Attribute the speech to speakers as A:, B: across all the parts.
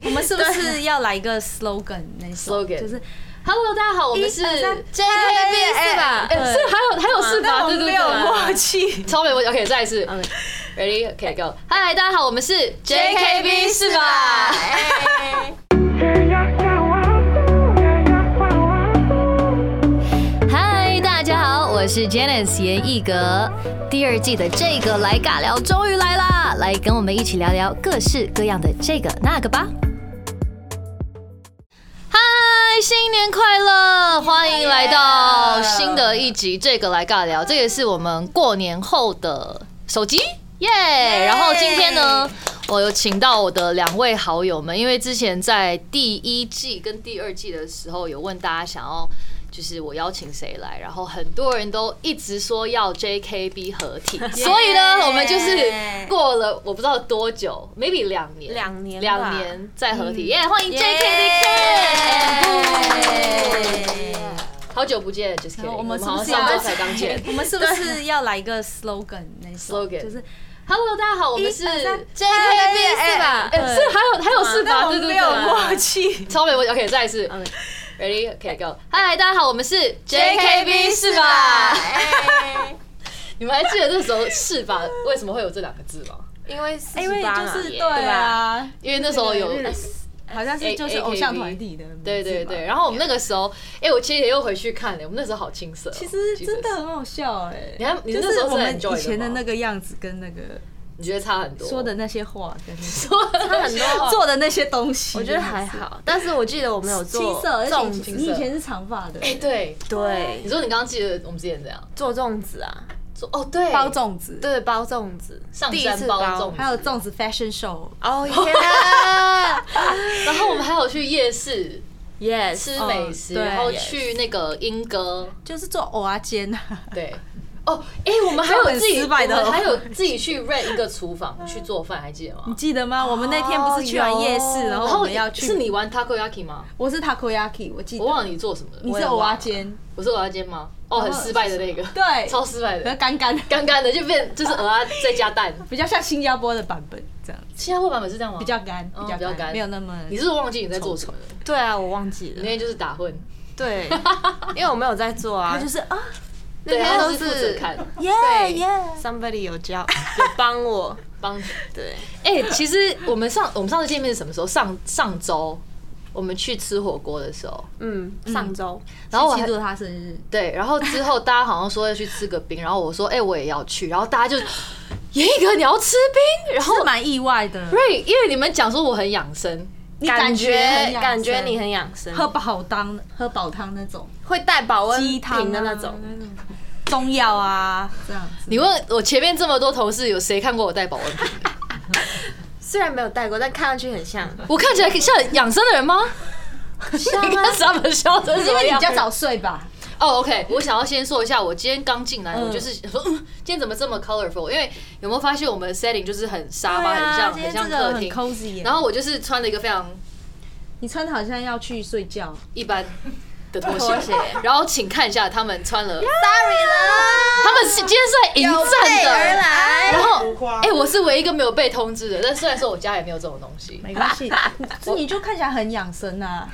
A: 要来一个 slogan 那种
B: Slogan
A: 就是
B: Hello，大家好，我们是
A: 一二三
B: JKB 是吧？哎，是还有还有啊是吧？对对
A: 没有默
B: 对，
A: 契。
B: 超没问题。OK，再一次，Ready，OK go。嗨，大家好，我们是 JKB 是吧？嗨，大家好，我是 Janice 严艺格。第二季的这个来尬聊终于来啦，来跟我们一起聊聊各式各样的这个那个吧。嗨，新年快乐！欢迎来到新的一集《这个来尬聊》，这也是我们过年后的手机耶。然后今天呢，我有请到我的两位好友们，因为之前在第一季跟第二季的时候有问大家想要。就是我邀请谁来，然后很多人都一直说要 JKB 合 体，所以呢，我们就是过了我不知道多久，maybe 两年，
A: 两年吧嗯
B: 两年再合体，耶！欢迎 JKB
A: 耶
B: Kids，好久不见，Just kidding，
A: 我
B: 我
A: 们
B: 们
A: 是
B: 好
A: 不
B: 像
A: 是
B: 上
A: 要。
B: 周才刚见
A: 我们是不是要来一个 slogan 那种
B: Slogan
A: 就是
B: Hello，大家好，我们是
A: 一二三
B: JKB
A: 是吧嗯
B: 哎，是还有还有是吧？
A: 那我
B: 对
A: 们
B: 对
A: 没有默
B: 对，
A: 契。
B: 超没问题。OK，再一次，Ready，OK go。嗨，大家好，我们是 JKB 是吧？
A: 哎
B: 你们还记得那时候是吧？为什么会有这两个字吗？
C: 因为四
A: 哎因为
C: 十八嘛
A: 就是
C: 也
A: 对啊，
B: 因为那时候有
A: 那个日好像是就是偶像团体的名字吧，
B: 对对对，然后我们那个时候，哎、我其实也又回去看了，我们那时候好青涩哦、
A: 其实
B: Jesus
A: 真的很好笑哎、
B: 你看你
A: 就
B: 那时
A: 是
B: 候
A: 我
B: 是
A: 们
B: enjoy 的吗
A: 以前的那个样子，跟那个
B: 你觉得差很多，
A: 说 的那些话，跟那个
B: 说差哦
C: 很 多，
A: 做的那些东西，
C: 我觉得还好。但是我记得我没有
A: 青
C: 做
A: 涩，而且
C: 粽
A: 你
C: 子，
A: 你以前是长发的，
B: 哎、对，
C: 对
B: 你，说你刚刚记得我们之前怎样
C: 做粽子啊，
B: 说哦，对，
A: 包粽子，
C: 对，包粽子，
B: 上
C: 第一
B: 山
C: 次
B: 包粽子
A: 还有粽子 fashion show，
C: 哦 耶
B: 然后我们还有去夜市
C: ，yes，
B: 吃美食，
A: 哦对
B: 然后去那个莺歌，
A: 就是做偶啊煎啊，
B: 对。哦，哎、我们还有自己，
A: 这很失
B: 我
A: 败的哦
B: 们还有自己去 rent 一个厨房去做饭，还记得吗
A: 你？记得吗？我们那天不是去完夜市，然
B: 哦
C: 有
B: 然
A: 后我
B: 后
A: 们要
B: 是
A: 去，
B: 你玩 takoyaki 吗？
A: 我是 takoyaki，我记得，
B: 我忘了你做什么了，
A: 你是
B: 我也
A: 偶
B: 忘
A: 啊
B: 了
A: 煎，
B: 我是我要煎吗？哦，很失败的那个，
A: 对
B: 超失 败
A: 然后
B: 的，
A: 干干的，
B: 干干的就变就是鹅啊再加蛋。
A: 比较像新加坡的版本这样，
B: 新加坡版本是这样吗？
A: 比较干，
B: 哦
A: 比较
B: 比较
A: 干，
B: 干
A: 没有那么
B: 你是不是忘记你在做什么了？
C: 对啊，我忘记
B: 你那
C: 了，
B: 天就是打混，
C: 对， 因为我没有在做啊，
A: 他就是啊，
C: 那
B: 对，
C: 天
B: 然后
C: 都
B: 是负责看
A: 耶
C: 对
A: 耶，
C: somebody 有教，有帮我，
B: 帮。
C: 对，
B: 哎，其实我们上我们上次见面是什么时候？上上周我们去吃火锅的时候，
C: 嗯，上周
B: 然后我
A: 庆
B: 还
A: 祝他生日，
B: 对，然后之后大家好像说要去吃个冰，然后我说哎我也要去，然后大家就严一哥你要吃冰，然后
A: 是蛮意外的，
B: 瑞因为你们讲说我很养生，
A: 你
C: 感
A: 很
C: 觉
A: 养
C: 感觉
A: 生
C: 你很养生，
A: 喝饱汤喝饱汤那种
C: 会带保温
A: 鸡汤啊
C: 瓶的那种，
A: 中药啊这样子，
B: 你问我前面这么多同事，有谁看过我带保温瓶？
C: 虽然没有带过，但看上去很 像。
B: 我看起来像养生的人吗？你 看他们笑成
A: 因
B: 什么
A: 为你
B: 样
A: 比？较早睡吧，
B: 哦、o k 我想要先说一下，我今天刚进来，我就是想说，嗯，今天怎么这么 colorful？因为有没有发现我们的 setting 就是很沙发，很
A: 啊
B: 像
A: 今天
B: 很
A: 这
B: 像
A: 个
B: 客
A: 很
B: 厅，
A: cozy 耶。
B: 然后我就是穿了一个非常
A: 你穿的好像要去睡觉，
B: 一般的拖
C: 拖
B: 鞋
C: 鞋，
B: 然后请看一下他们穿了，
C: Sorry 啦，
B: 他们是今天是在迎战的。
C: 来
B: 然后，哎、我是唯一一个没有被通知的，但虽然说我家也没有这种东西，
A: 没关 系，你你就看起来很养生啊，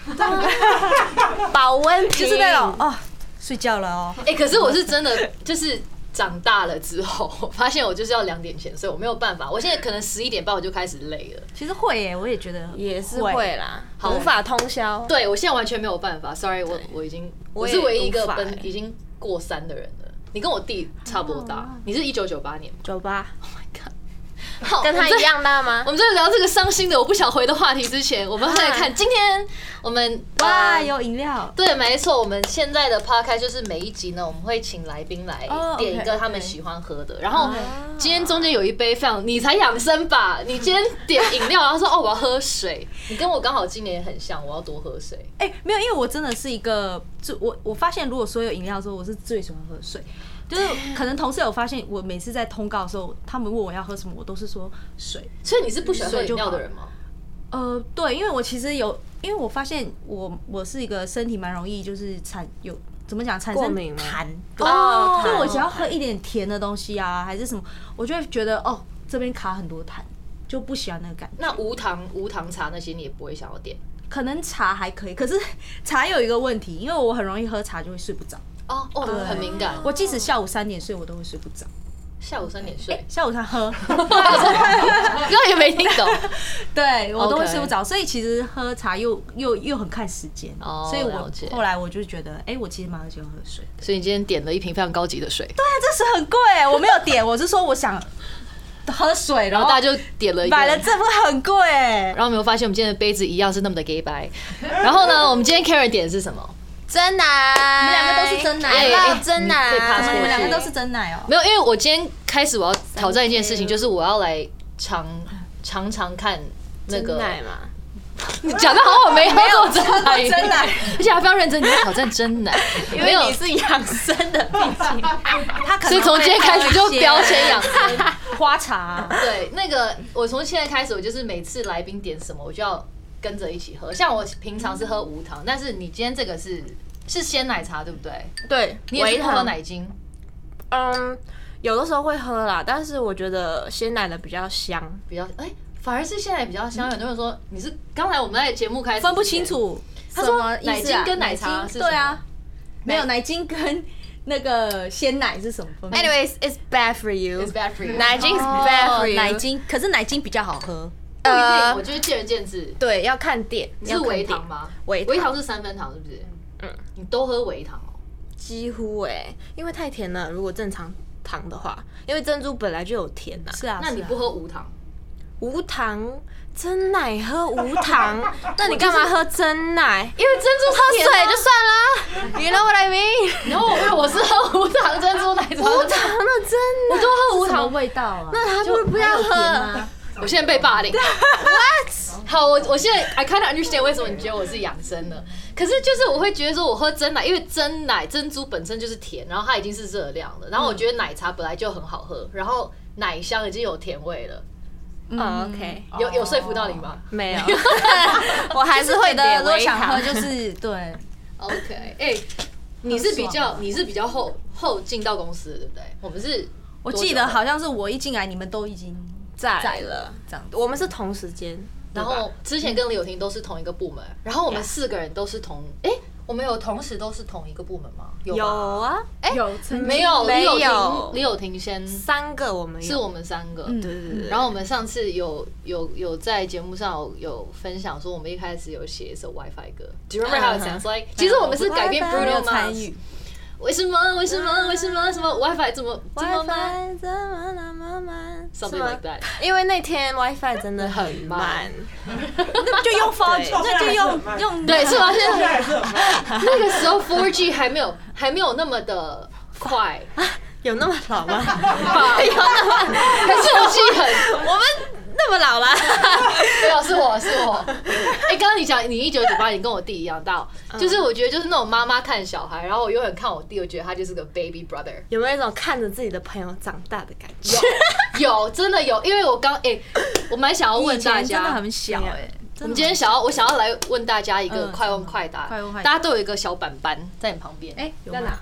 C: 保温瓶
A: 就是那种哦，睡觉了哦，
B: 哎、可是我是真的就是长大了之后，我发现我就是要两点前，所以我没有办法。我现在可能十一点半我就开始累了，
A: 其实会耶，我也觉得
C: 也是会啦，
B: 好
C: 无法通宵。
B: 对我现在完全没有办法。Sorry，我我已经我
C: 我也
B: 是唯一一
C: 无
B: 个
C: 法
B: 奔
C: 欸
B: 已经过三的人了。你跟我弟差不多
C: 哦
B: 大，你是一九九八年吗
C: 酒吧
B: ？Oh my god！好，
C: 跟他
B: 我们
C: 一
B: 在。
C: 样大吗
B: 我？们在聊这个伤心的我不想回的话题之前，我们再来
C: 啊
B: 看今天我们
A: 哇，
B: 呃
A: 有饮料，
B: 对，没错，我们现在的 podcast 就是每一集呢，我们会请来宾来
A: 哦
B: 点一个
A: OK，OK
B: 他们喜欢喝的。然后
C: 啊
B: 今天中间有一杯非常，你才养生吧？你今天点饮料，然后说哦我要喝水，你跟我刚好今年也很像，我要多喝水。
A: 哎，没有，因为我真的是一个，就我我发现，如果说有饮料的时候，我是最喜欢喝水。就是可能同事有发现，我每次在通告的时候，他们问我要喝什么，我都是说水。
B: 所以你是不喜欢喝饮料的人吗？
A: 呃，对，因为我其实有，因为我发现我我是一个身体蛮容易就是产有怎么讲产
C: 过
A: 生
C: 敏吗
A: 痰，
C: 哦
A: 所以
C: 痰
A: 我只要喝一点甜的东西啊，还是什么，我就会觉得哦这边卡很多痰，就不喜欢那个感觉。
B: 那无糖无糖茶那些你也不会想要点，
A: 可能茶还可以，可是 茶有一个问题，因为我很容易喝茶就会睡不着。
B: 哦哦，很敏感。
A: 我即使下午三点睡，我都会睡不着。
B: 下午三点睡，
A: 下午才喝，
B: 刚刚也没听懂。
A: 对我都会睡不着，所以其实喝茶又又又很看时间。
B: 哦
A: 所以
B: 了
A: 我
B: 解
A: 后来我就觉得，哎，我其实蛮喜欢喝水的。
B: 所以你今天点了一瓶非常高级的水，
A: 但啊这水很贵，我没有点，我是说我想喝水，然
B: 然
A: 后
B: 后大家就点了一个
A: 买了这不很贵哎。
B: 然后有没有发现我们今天的杯子一样是那么的 gay 白？然后呢，我们今天 Karen 点的是什么？
C: 真奶，
A: 你们两个都是真奶
C: 哎哎真
B: 你最怕
A: 啊
B: 是
A: 你
B: 我
A: 们
C: 奶，
A: 两个都是真奶哦。
B: 没有，因为我今天开始我要挑战一件事情，就是我要来尝尝尝看那
C: 真
B: 个。
C: 奶嘛。
B: 你讲的好，我没喝过真奶，
A: 真奶，
B: 而且还非常认真，你在挑战真奶，
C: 因
B: 没
C: 为
B: 有
C: 你，是养生的，毕竟
A: 他可能
B: 所以从今天开始就标签养
A: 生花茶啊、
B: 对，那个我从现在开始，我就是每次来宾点什么，我就要跟着一起喝。像我平常是喝无糖，但是你今天这个是是鲜奶茶，对不对？
C: 对，
B: 你也
C: 微
B: 是
C: 糖
B: 喝奶精，
C: 嗯，有的时候会喝啦，但是我觉得鲜奶的比较香。
B: 比较哎、反而是鲜奶比较香。很多人说你是刚才我们在节目开始
A: 分不清，楚。他
C: 什
A: 说
C: 么
B: 奶
A: 意思啊
B: 精跟奶茶
A: 奶精
B: 是什么
A: 对啊，没有奶精跟那个鲜奶是什么分别
C: Anyways, it's bad for you.
B: It's bad for you
C: 奶精 is bad for
A: 哦
C: you.
A: 奶精，可是奶精比较好喝。
B: 不一定，
C: 呃
B: 我，觉得见仁见智。
C: 对，要看店，
B: 你
C: 要
B: 是
C: 看
B: 微
C: 店
B: 糖？吗？
C: 微
B: 微
C: 糖
B: 糖是三分糖，是不是？嗯
C: 嗯，
B: 你都喝微糖哦。
C: 几乎哎，因为太甜了。如果正常糖的话，因为珍珠本来就有甜呐。
A: 是啊，
B: 那你
A: 是啊
B: 不喝无糖？
C: 无糖真奶喝无糖，那你干嘛喝真奶？因为
B: 珍珠
C: 喝水就算啦。You know what I mean？
B: 然后我因为我是喝无糖珍珠奶茶，
C: 无糖的真
B: 我
C: 奶，
B: 就喝无
A: 什么
B: 糖
A: 味道啊？
C: 那他不不要
A: 有甜啊
C: 喝。
A: 吗？
B: 我现在被霸凌。What？好，我我现在 I kind of understand 为什么你觉得我是养生了。可是就是我会觉得说，我喝真奶，因为真奶珍珠本身就是甜，然后它已经是热量了，然后我觉得奶茶本来就很好喝，然后奶香已经有甜味了，
A: 嗯
C: 哦 OK，
B: 有有说服到你吗
C: 没有，我还是会
A: 的，
C: 点
A: 如果
C: 微
A: 想喝
C: 糖。
A: 就是 对，
B: ？OK，哎、你是比较你是比较后后进到公司的对不对？我们是
A: 我
B: 多久了，
A: 记得好像是我一进来，你们都已经
C: 在
A: 在了，这样子。
C: 我们是同时间，对
B: 然
C: 吧
B: 后之前跟李友廷都是同一个部门，然后我们四个人都是同哎、我们有同时都是同一个部门吗？有
C: 有
B: 吧
C: 啊，
A: 哎，有曾经
B: 没有，
C: 没
B: 李友
C: 有
B: 廷，李友廷先
C: 三个我们有
B: 是我们三个。
A: 嗯
C: 对对对对，
B: 然后我们上次有有有在节目上有有分享说，我们一开始有写一首 WiFi 歌，Do you remember how it sounds like？其实我们是改编
A: 没
B: Bruno
A: 有
B: Mars，
A: 参与，
B: 为什么？为什么？为什么？什么 WiFi 怎么怎么慢
C: WiFi 怎么那么慢？
B: ？Something
C: 是吗
B: like that。
C: 因为那天 WiFi 真的很慢，
A: 就用 phone，
C: 对
A: 那就用用
B: 对，是吗？ 现
D: 现
B: 在
D: 在还是很慢，
B: 那个时候 4G 还没有还没有那么的快，
C: 有那么老吗？
B: 吧？有那 么，可是我记得很，
C: 我们那么老啦？
B: 没有，是我是我。哎、刚刚你讲你一九九八，你跟我弟一样大哦，
A: 嗯
B: 就是我觉得就是那种妈妈看小孩，然后我永远看我弟，我觉得他就是个 baby brother。
C: 有没有一种看着自己的朋友长大的感觉？
B: 有真的有，因为我刚哎、我蛮想要
A: 我以
B: 问大
A: 前真的
B: 家，
A: 很小哎，
B: 我
A: 真
B: 们
A: 的
B: 今天想要我想要来问大家一个
A: 嗯
B: 快问快答，
A: 快问快答
B: 大家都有一个小板板在你旁边，哎、
A: 哎有吗？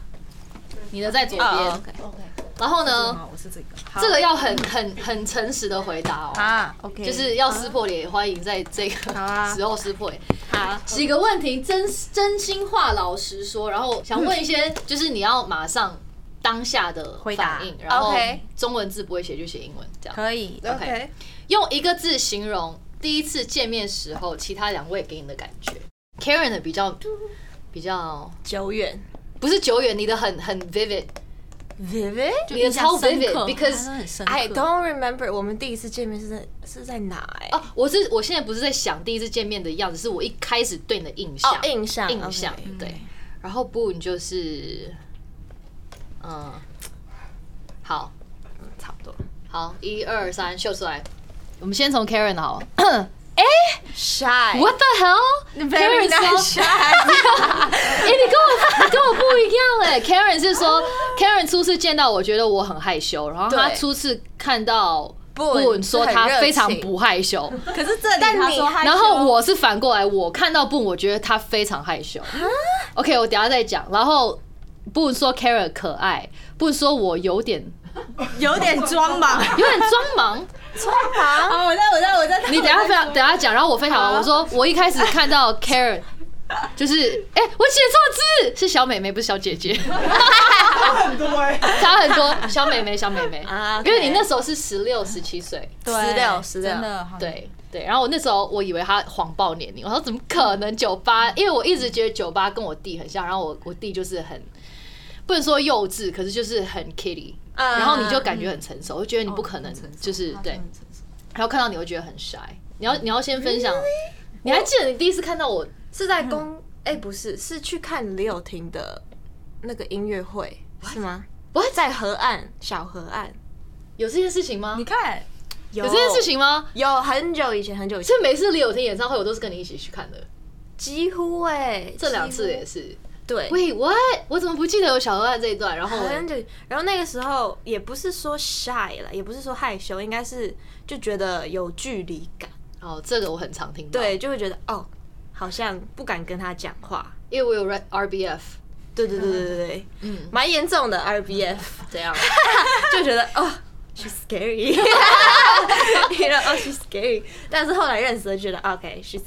B: 你的在左
C: 哦
B: 边，
C: ，OK，
B: 然后呢，
A: 啊，我是这个，
B: 这个要很很很诚实的回答哦。
A: 啊，OK，
B: 就是要撕破脸，也欢迎在这个
A: 好啊
B: 时候撕破脸。
C: 好，
B: 几个问题，真真心话，老实说，然后想问一些，就是你要马上当下的
A: 回答
B: 反应，然后
C: OK
B: 中文字不会写就写英文，这样
A: 可以，
B: OK 用一个字形容第一次见面时候其他两位给你的感觉。Karen 的比较比较
C: 久远
B: 不是久远，你的很很 vivid，
C: ，Vivid。
B: 你的超
A: 深
B: vivid
A: 刻
B: because
A: 它很深
C: I
A: 刻。
C: don't remember 我们第一次见面是在是在哪哎、
B: 哦，我是我现在不是在想第一次见面的样子，是我一开始对你的印象
C: 哦，印象
B: 印象
C: OK
B: 对。然后不，你就是，嗯，好
C: 差不多。
B: 好，一二三，秀出来。我们先从 Karen 好了
C: Shy，
B: ，What the hell？Karen 说，哎，你跟我你跟我不一样哎，Karen 是说，Karen 初次见到我觉得我很害羞，然后她
C: 对
B: 初次看到
C: Boone，
B: Boon 说她
C: 是很热
B: 非常
C: 情
B: 不害羞，
A: 可是这里
C: 但
A: 他
C: 你
A: 说害羞，
B: 然后我是反过来，我看到 Boon，我觉得他非常害羞。OK，我等一下再讲。然后 Boon 说 Kara 可爱，Boon 说我有点
A: 有点装吧，
B: 有点装忙，
C: 穿房
A: 哦好，我在我在我在，
B: 你等一下非常等一下讲，然后我分享完，我说我一开始看到 Karen，就是哎、我写错字，是小美眉，不是小姐 姐，
D: 很多哎、
B: 差很多，小美眉，小美眉
C: 啊，OK
B: 因为你那时候是十六、十七岁，
A: 对
C: 16 16
A: 真的好
B: 对对，然后我那时候我以为他谎报年龄，我说怎么可能九八？因为我一直觉得九八跟我弟很像，然后我我弟就是很不能说幼稚，可是就是很 kitty，
C: 啊
B: 然后你就感觉很成熟，我觉得你不可能
A: 哦很成熟
B: 就是
A: 他真的
B: 对
A: 很，成熟
B: 然后看到你会觉得很 shy，你要你要先分享，你还记得你第一次看到我
C: 是在
B: 嗯
C: 公哎、不是，是去看李友廷的那个音乐会是吗？
B: What？
C: 在河岸小河岸
B: 有这件事情吗
A: 你？看，
C: 有
B: 有这件事情吗？
C: 有很久以前很久以前
B: 是每次李友廷演唱会我都是跟你一起去看的，
C: 几乎哎
B: 这两次
C: 几乎
B: 也是。
C: 对
B: Wait what？我怎么不记得有小河岸这一段？然后
C: 啊好像就，然后那个时候也不是说 shy 了，也不是说害羞，应该是就觉得有距离感，
B: 哦，这个我很常听到。
C: 对，就会觉得哦，好像不敢跟他讲话，
B: 因为我有 re- RBF，
C: 对对对对对对，
B: 嗯，
C: 蛮严重的 RBF 这样，就觉得哦，she's scary，觉得哦 she's scary，但是后来认识了，觉得 OK，she's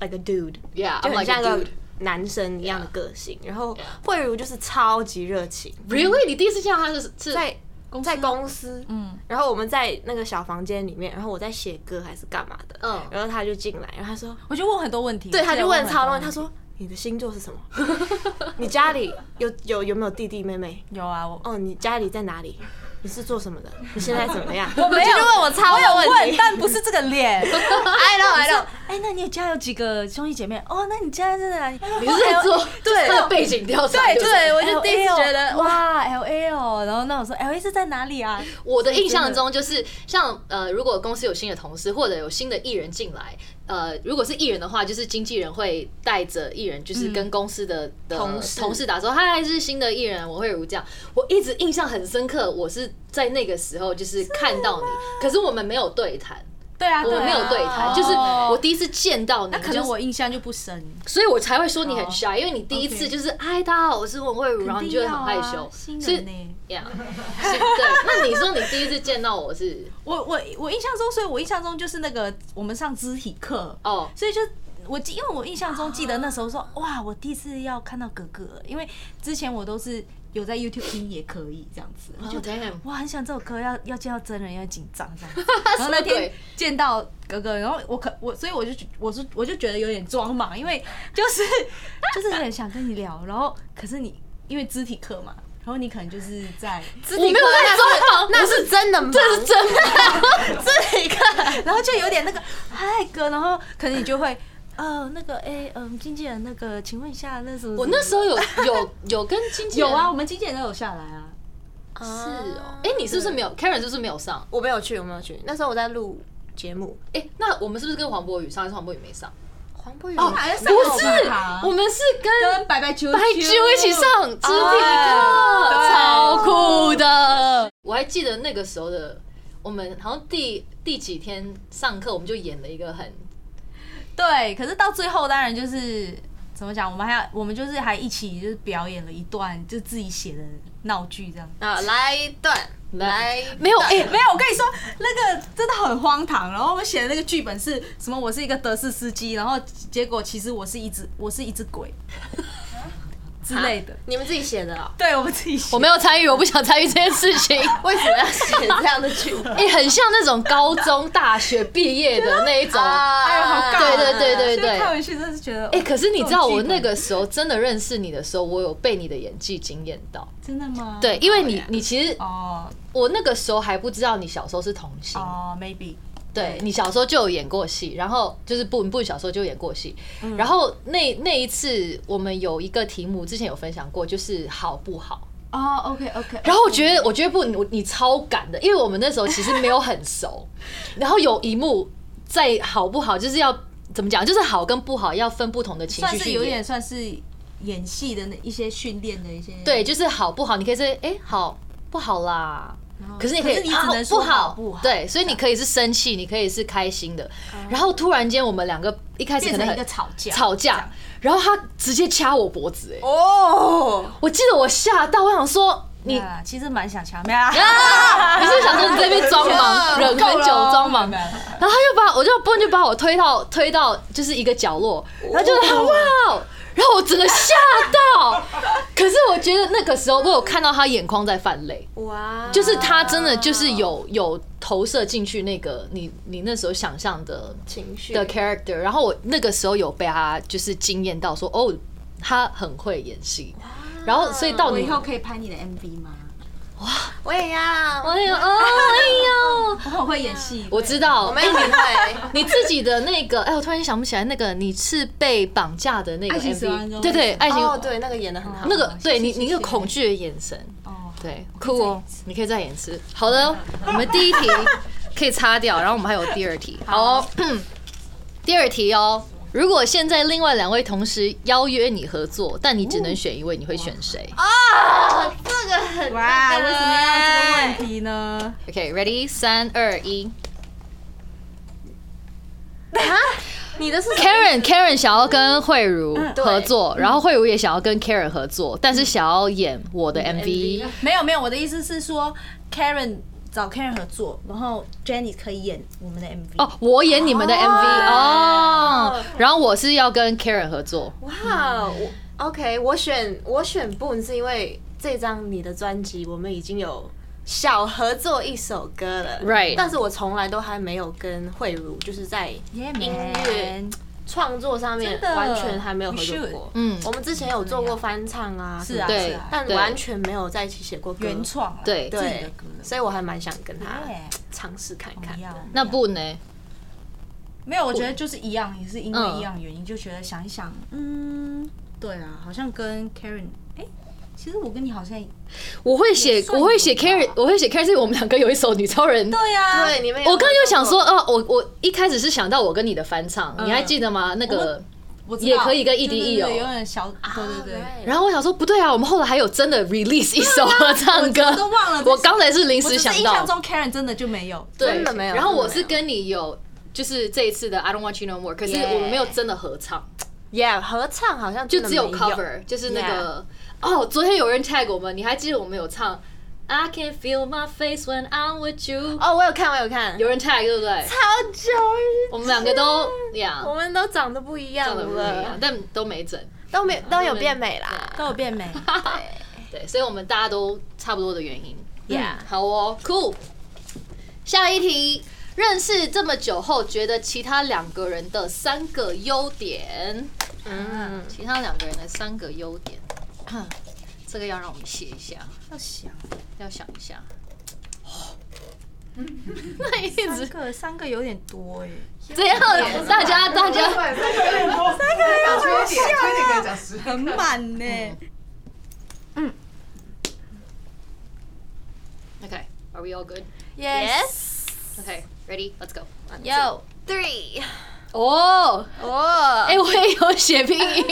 C: like a dude，
B: Yeah，
C: 就
B: I'm
C: 很
B: like
C: 像
B: a
C: 个
B: dude.
C: 男生一样的个性，然后慧茹就是超级热情，
B: Really？你第一次见到他是是
C: 在
A: 公司
C: 在
A: 吗
C: 公司，
A: 嗯，
C: 然后我们在那个小房间里面，然后我在写歌还是干嘛的，
B: 嗯
C: 然后他就进来，然后他说，
A: 我就问很多问题，
C: 对，他就问超
A: 多
C: 多，他说你的星座是 什么？你家里有有有没有弟弟妹妹？
A: 有啊，我
C: 哦，你家里在哪里？你是做什么的？你现在怎么样？
A: 我没有
C: 就问 我超
A: 我有
C: 多问
A: 问，
C: 题，
A: 但 不是这个脸。
C: I know I know，
A: 哎，那你家有几个兄弟姐妹？哦，那你家哦在哪里？
B: 你是在做
C: 对
B: 他的背景调查，
C: 对
B: 就是哎
C: 对，我就第一次
A: LA 哦
C: 觉得哇，
A: 哇，L A 哦，然后那我说 L A 是在哪里啊？
B: 我的印象中就是像呃，如果公司有新的同事或者有新的艺人进来，呃，如果是艺人的话，就是经纪人会带着艺人，就是跟公司的、的
C: 同事
B: 同事打说，嗨，是新的艺人，我会如这样。我一直印象很深刻，我是在那个时候就是看到你，可是我们没有对谈，
A: 对啊，
B: 我们
A: 啊
B: 没有对谈，
A: 哦
B: 就是我第一次见到你，
A: 那可
B: 就是
A: 能我印象就不深，
B: 所以我才会说你很
A: 哦
B: shy，因为你第一次
A: OK
B: 就是嗨，大家好，我是文慧茹，然后你就会很害
A: 肯定要
B: 羞
A: 啊，新
B: 所以
A: 人呢。
B: 呀，是 对。那你说你第一次见到我是
A: 我我我印象中，所以我印象中就是那个我们上肢体课，
B: 哦，
A: 所以就我记，因为我印象中记得那时候说，哇，我第一次要看到哥哥，因为之前我都是有在 YouTube 听也可以这样子，我就
B: 哦 damn
A: 哇，很想这首歌要要见到真人，要紧张这样 子。然后那天见到哥哥，然后我可我，所以我就我是我就觉得有点装忙，因为就是就是很想跟你聊，然后可是你因为肢体课嘛，然后你可能就是在
C: 自
B: 我没
C: 己
B: 有在装忙，
C: 那是真的吗？这是真的，这一个
A: 然后就有点那个嗨哥，然后可能你就会。呃，那个，哎、嗯，经纪人，那个，请问一下，那什么？
B: 我那时候有有有跟经纪人
A: 有啊，我啊们经纪人都有下来啊。
B: 是哦，哎，你是不是没有 Karen 是不是没有上？
C: 我没有去，我没有去，那时候我在录节目，
B: 哎，那我们是不是跟黄渤宇上？还是黄渤宇没上？
C: 黄渤宇哎
A: 哦
C: 哪
A: 不
B: 不是，我们是跟
A: 啊跟白白啾
B: 白哎啾一起上肢体课，
A: 对
B: 超酷的。我还记得那个时候的我们，好像第第几天上课，我们就演了一个很
A: 对，可是到最后当然就是怎么讲，我们还要我们就是还一起就是表演了一段就自己写的闹剧这样。
C: 啊，来一段，来一段
B: 没有哎、
A: 没有，我跟你说，那个真的很荒唐。然后我们写的那个剧本是什么？我是一个德式司机，然后结果其实我是一只我是一只鬼
B: 啊
A: 之类的。
C: 你们自己写的哦，
A: 对，我们自己写
B: 我。没有参与，我不想参与这件事情。
C: 为什么要写这样的剧？
B: 哎、很像那种高中、大学毕业的那一种。哎、
A: 哎呦，好尬。
B: 对对对对
A: 现在看回去真的是觉得，哦
B: 哎可是你知道，我那个时候真的认识你的时候，我有被你的演技惊艳到。
A: 真的吗？
B: 对，因为你，你其实
A: 哦
B: 我那个时候还不知道你小时候是童星，
A: 哦，maybe
B: 对你小时候就有演过戏，然后就是不不小时候就演过戏，
A: 嗯
B: 然后那那一次我们有一个题目之前有分享过，就是好不好？
A: 哦，OK OK。
B: 然后我觉得，我觉得不，你你超赶的，因为我们那时候其实没有很 熟，然后有一幕在好不好，就是要怎么讲，就是好跟不好要分不同的情
A: 算
B: 绪
A: 是
B: 去
A: 有点
B: 演。
A: 算是演戏的那一些训练的一些
B: 对，就是好不好，你可以是哎、好不好啦，可是你可以
A: 可是你只能
B: 啊
A: 说
B: 不好
A: 好不好嗯
B: 对，所以你可以是生气，你可以是开心的。然后突然间我们两个一开始
A: 变
B: 可能
A: 成一
B: 很
A: 个吵架，
B: 吵架，然后他直接掐我脖子、哎，
C: 哦，
B: 我记得我吓到，我想说。
A: 你其实蛮想强没有 啊？
B: 啊！你是想说你在那边装 忙，忍很久装忙，
A: 没
B: 然
A: 有没
B: 后
A: 有
B: 他就把我就不然就把我推到推到就是一个角落，然后就哇哦，然后我整个吓到。可是我觉得那个时候我有看到他眼眶在泛泪，
C: 哇，
B: 就是他真的就是有有投射进去那个你你那时候想象的
C: 情绪
B: 的 character，然后我那个时候有被他就是惊艳到说哦，他很会演戏，然后所以到
A: 我
B: 你
A: 以后可以拍你的 MV 吗？
C: 我也要，
B: 哎呦哦哎呦，
A: 我很会演戏，
B: 我知道，
C: 我们一起会。
B: 你自己的那个，哎，我突然想不起来那个，你是被绑架的那个
A: 爱情死亡
B: MV，
A: 中
B: 对对，爱情
C: 哦，对，那个演的很好，
B: 那个，对你
A: 哦谢谢
B: 你那个恐惧的眼神，
A: 哦，
B: 对，酷哦，你可以再演示。好的，我们第一题可以擦掉，然后我们还有第二题。好哦， 第二题哦。如果现在另外两位同时邀约你合作，但你只能选一位，你会选谁
A: 啊
C: 这个很
A: 哇，
C: 那
A: 为
C: 个
A: 什么要有这个问题呢？
B: ？OK，ready，三二一。
C: 你的是
B: Karen Karen 想要跟慧茹
A: 嗯
C: 对
B: 合作，然后慧茹也想要跟 Karen 合作，但是想要演我的 MV
C: MV。
A: 没有没有，我的意思是说，Karen 找 Karen 合作，然后 Jenny 可以演我们的 MV。
B: 哦，我演你们的 MV 哦，然后我是要跟 Karen 合作，
C: 哇，我 OK，我选我选 Boon 是因为这张你的专辑我们已经有小合作一首歌了
B: Right
C: 但是我从来都还没有跟慧茹就是在
A: 耶
C: 音乐创作上面
A: 真的
C: 完全还没有合作
A: We should
C: 过，
B: 嗯
C: 我们之前有做过翻唱啊，
A: 是啊，
B: 对
A: 是啊
C: 但完全没有在一起写过歌，
A: 原创啊
B: 对啊
A: 自己的
C: 对
A: 歌，
C: 所以我还蛮想跟他
A: 对
C: 尝试看
A: 我
C: 看
A: 们。要
B: 那不呢？
A: 没有，我觉得就是一样，也是因为
B: 嗯
A: 一样的原因，就觉得想一想，嗯，对啊，好像跟 Karen，哎、其实我跟你好像
B: 我会写
A: 也，算
B: 我会写
A: 吧
B: Karen，我会写 Karen，是因为我们两个有一首女超人。
A: 对啊呀、
C: 对，你们有
B: 我刚刚
C: 合
B: 又
C: 作
B: 想
C: 过
B: 说，哦，我我一开始是想到我跟你的翻唱，你还记得吗？那个，
A: 嗯我知道
B: 也可以跟 EDE 哦
A: 对对对有点小，对对对。
C: Alright
B: 然后我想说不对啊，我们后来还有真的 release 一首合唱歌，
A: 啊我都忘了这
B: 我刚才是临
A: 我
B: 时
A: 只是
B: 想
A: 印
B: 到
A: 象，中 Karen 真的就没有，
B: 对
C: 真的没有
B: 然后我
C: 真的
B: 是
C: 没有
B: 跟你有，就是这一次的 I don't want you no more，可是
C: Yeah
B: 我们没有真的合唱，
C: Yeah，合唱好像
B: 就
C: 真的
B: 只有
C: 没
B: cover，就是那个哦，昨天有人 tag 我们，你还记得我们有唱 I can feel my face when I'm with you，
C: 哦，我有看，我有看，
B: 有人 tag 对不对？
C: 好久以前，
B: 我们两个都呀
C: 我，们都长得不一样
B: 唱的不一样
C: 了，，嗯
B: 但都没整，
C: 都没都有变美啦。
A: 都有变美。
B: 对，所以我们大家都差不多的原因。
C: Yeah
B: 好哦，Cool。下一题，认识这么久后，觉得其他两个人的三个优点。
C: 嗯，
B: 其他两个人的三个优点， 这个要让我们写一下，
A: 要想
B: 要想一 下。那一
A: 三
B: 直
A: 个，三个有点多哎、
B: 这样，大家大家
D: 三个要缺点，缺点可以讲十个。
A: 很满呢、
B: ，OK，Are we all good?
C: Yes.
B: OK, ready? Let's go.
C: Yo. Three.
B: 哦，
C: 哦，
B: 哎，我也有写拼 音。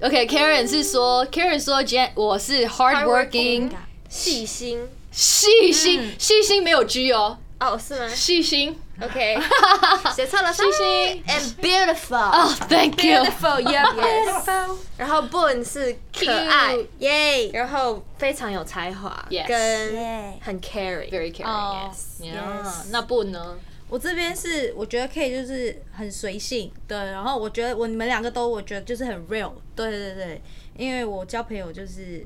B: OK，Karen、是说，Karen 说，Jan，我是 hardworking，
C: 细心。
B: 细
C: 嗯
B: 心，细心没有 G 哦，
C: 哦，是 吗
B: 细心。
C: ？OK，写错了。细 Oh
B: 心
C: and beautiful。
B: 哦，Thank you。
A: Beautiful, yeah, beautiful.
C: 然后 Boon 是可爱，
A: 耶
C: 然后非常有才华
B: Yes，
C: 跟
A: 耶！
C: 很 caring。
B: Very caring.
A: 哦
B: Oh, yes. Yeah. 那不呢？
A: 我这边是我觉得可以就是很随性，对，然后我觉得我你们两个都我觉得就是很 real，对对对，因为我交朋友就是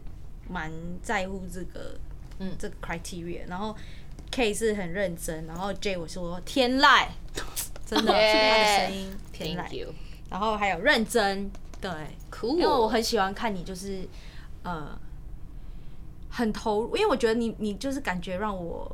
A: 蛮在乎这个
B: 嗯
A: 这个 criteria，然后 K 是很认真，然后 J 我说天籁，真 的
B: Yeah
A: 他的声音天籁，
B: Thank you.
A: 然后还有认真，对，
B: Cool.
A: 因为我很喜欢看你，就是呃，很投入，因为我觉得你你就是感觉让我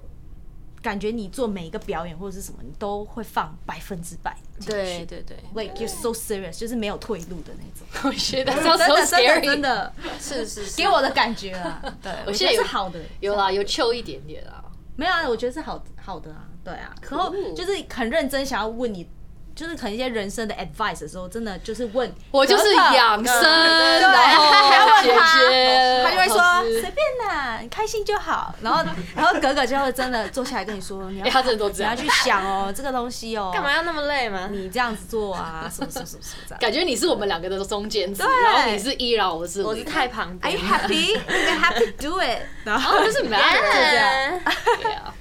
A: 感觉你做每一个表演或者是什么，你都会放百分之百
C: 对对对，
A: ，like you're so serious，就是没有退路的那种。
B: 我觉 得 sounds
A: 真
B: Oh, so
A: 的真的
B: scary
A: 真。的
C: 是是是
A: 给我的感觉啊，对我觉
B: 现在
A: 得
B: 有
A: 是好的，
B: 有啦，有 chill 一点点啦。
A: 啊没有啊，我觉得是好好的啊，对啊，然后就是很认真想要问你。就是可能一些人生的 advice 的时候，真的就是问
B: 我就是
A: 可可
B: 养生，
A: 对
B: 然 后姐姐，
A: 他就会说
B: 老师
A: 随便啦，你开心就好。然后， 然后格格就会真的坐下来跟你说，你要
B: 哎他真的都这
A: 你
B: 样
A: 要去想 哦，这个东西哦，
C: 干嘛要那么累嘛？
A: 你这样子做啊，什么什么什么什么这样。
B: 感觉你是我们两个的中间值，然后你是一，然后我是
C: 我
B: 五
C: 是太旁
A: Are
C: 边
A: you。happy? You're happy, do it. 然
B: 然后
A: 后
B: 就是没有
A: 这样
B: 对啊。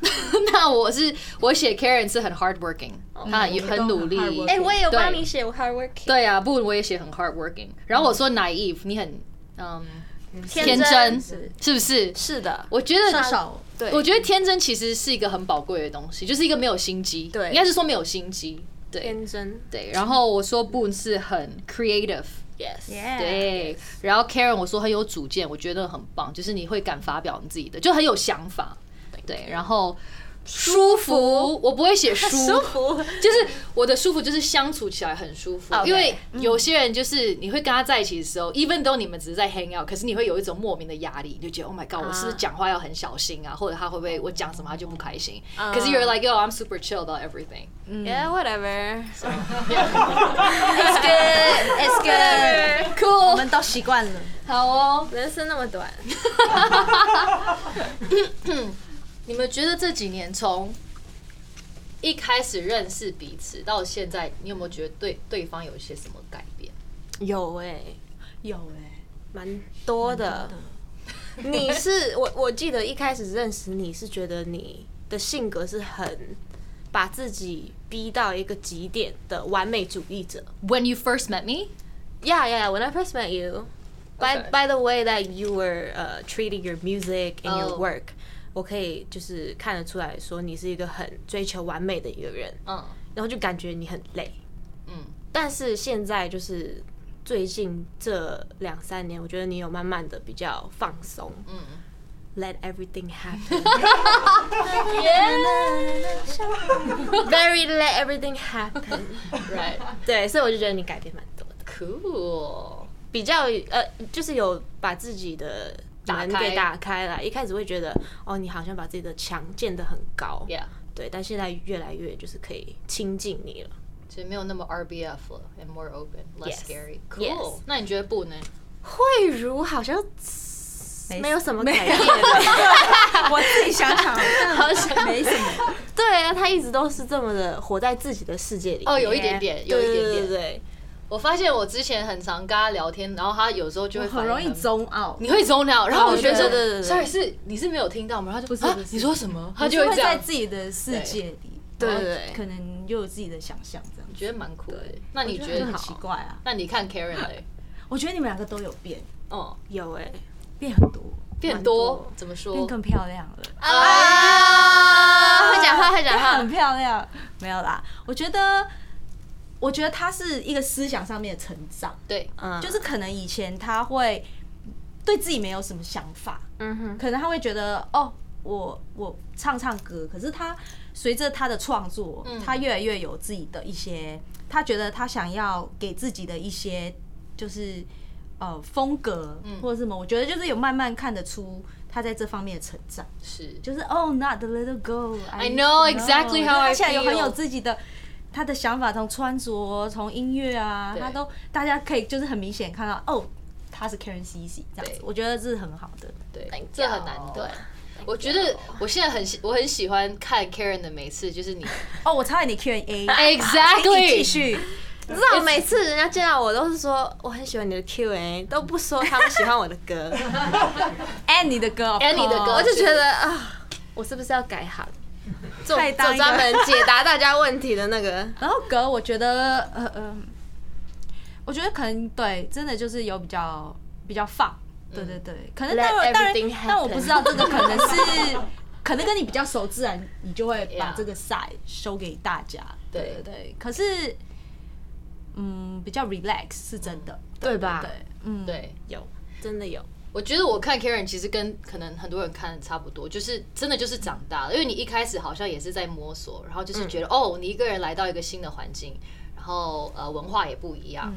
B: 那我是我写 Karen 是很 hardworking，她也很努力。
A: 都很 hardworking
C: 哎，我也有帮
B: 对
C: 你写我 hard working，
B: 对啊，不，我也写很 hardworking。然后我说 naive，你很嗯天真，
C: 真
B: 是不是？
C: 是的，
B: 我觉得
A: 至少
C: 对，
B: 我觉得天真其实是一个很宝贵的东西，就是一个没有心机，
C: 对
B: 应该是说没有心机，对
C: 天真
B: 对。然后我说 Boon 是很 creative，
C: ，yes，
A: Yeah
B: 对。然后 Karen 我说很有主见，我觉得很棒，就是你会敢发表你自己的，就很有想法，对。然后舒服，我不会写 舒
C: 舒服，
B: 就是我的舒服，就是相处起来很舒服。
C: OK，
B: 因为有些人就是你会跟他在一起的时候，even though 你们只是在 hang out，可是你会有一种莫名的压力，你就觉得 Oh my god，我是不是讲话要很小心啊？或者他会不会我讲什么他就不开心？可是 you're like yo，I'm super chill about everything。
C: Yeah，whatever，
A: it's good, it's good. 我
B: Cool，
A: 们都习惯了。
B: 好哦。
C: 人生那么短，
B: 你们觉得这几年从一开始认识彼此到现在，你有没有觉得对对方有一些什么改变？
C: 有哎，
A: 有哎、
C: 蛮多的。你是我，我记得一开始认识你是觉得你的性格是很把自己逼到一个极点的完美主义者。
B: When you first met me，
C: Yeah, yeah. When I first met you, by
B: Okay.
C: by the way that you were uh, treating your music and your
B: Oh.
C: work，、我可以就是看得出来说你是一个很追求完美的一个人，
B: 嗯
C: 然后就感觉你很累。
B: 嗯，
C: 但是现在就是最近这两三年，我觉得你有慢慢的比较放松，嗯，Let everything happen，very let everything happen。
B: 嗯，Right，Cool。
C: 对，所以我就觉得你改变蛮多的，比较呃，就是有把自己的
B: 打
C: 门
B: 开
C: 给打开了。一开始会觉得哦，你好像把自己的墙建得很高
B: Yeah，
C: 对，但现在越来越就是可以亲近你了。
B: 所以没有那么 RBF 了，and more open, less
C: Yes.
B: scary.
C: Yes.
B: Cool. 那你觉得不呢？
C: 慧茹好像
A: 没
C: 没有什么
A: 没
C: 改 变。
A: 我自己想想，
C: 好像
A: 没什么。
C: 对啊，他一直都是这么的活在自己的世界里。
B: 哦，有一点点，有
C: 对，
B: 一点
C: 对
B: 点。
C: 对对，
B: 我发现我之前很常跟他聊天，然后他有时候 就会
A: 很
B: 反应
A: 容易，中澳，
B: 你会走脑，然后我
A: 对
B: 觉得
C: 对对
B: 说
C: 对对
B: ，sorry，是你是没有听到吗？然后他就不
A: 是
B: 啊
A: 不，是
B: 你说什么？他
A: 我
B: 就会
A: 会
B: 这
A: 在
B: 样，
A: 自己的世界里，
C: 对
A: 然后
C: 对对
A: 可能又有自己的想象，这样
B: 觉得蛮酷的
A: 对。
B: 那你觉
A: 就
B: 得
A: 很
B: 好
A: 奇怪啊。
B: 那你看 Karen 嘞？
A: 我觉得你们两个都有变，
B: 哦，
C: 有哎、
A: 变很多，
B: 变
C: 蛮
B: 多
C: 多
B: 怎么
A: 变
B: 说？
A: 更漂亮了，
C: 啊，会讲话，会讲
A: 变
C: 话
A: 很。漂亮。没有啦，我觉得，我觉得他是一个思想上面的成长，
B: 对，
C: 嗯，
A: 就是可能以前他会对自己没有什么想法，
C: 嗯哼，
A: 可能他会觉得哦，我我唱唱歌，可是他随着他的创作，
B: 嗯
A: 他越来越有自己的一些，他觉得他想要给自己的一些就是呃风格
B: 嗯
A: 或者什么，我觉得就是有慢慢看得出他在这方面的成长，
B: 是
A: 就是哦，not the little girl。
B: I know exactly how I
A: 他现在有很
B: feel
A: 有自己的。他的想法从穿着、从音乐啊，
B: 对
A: 他都大家可以就是很明显看到哦，他是 Karen CC 这样子
B: 对，
A: 我觉得这是很好的。
B: 对
C: Thank，
B: 这很难
C: you
B: 得。我觉得我现在很喜，我很喜欢看 Karen 的每次，就是你
A: 哦，我超爱你 Q&A，请哎你
B: exactly
A: 继续。
C: 你知道每次人家见到我都是说我很喜欢你的 Q&A，都不说他们喜欢我的歌，
A: a n 你的歌
B: And 你的歌
A: 我
C: 哦我
A: 就
C: 就觉得啊，我是不是要改行，做
A: 再当
C: 做
A: 一个
C: 专门解答大家问题的那个？
A: 然后歌，我觉得呃呃，我觉得可能对，真的就是有比较比较放，对对对，可能
C: Let
A: 当然当然
C: everything，
A: 但
C: happen
A: 我不知道这个可能是。可能跟你比较熟，自然你就会把
B: Yeah
A: 这个赛收给大家。对
B: 对
A: 对对，可是，嗯，比较 relax 是真的。
C: 对吧
A: 对，嗯，
B: 对。
C: 有，真的有。
B: 我觉得我看 Karen 其实跟可能很多人看的差不多，就是真的就是长大了，因为你一开始好像也是在摸索，然后就是觉得、哦，你一个人来到一个新的环境，然后呃文化也不一样，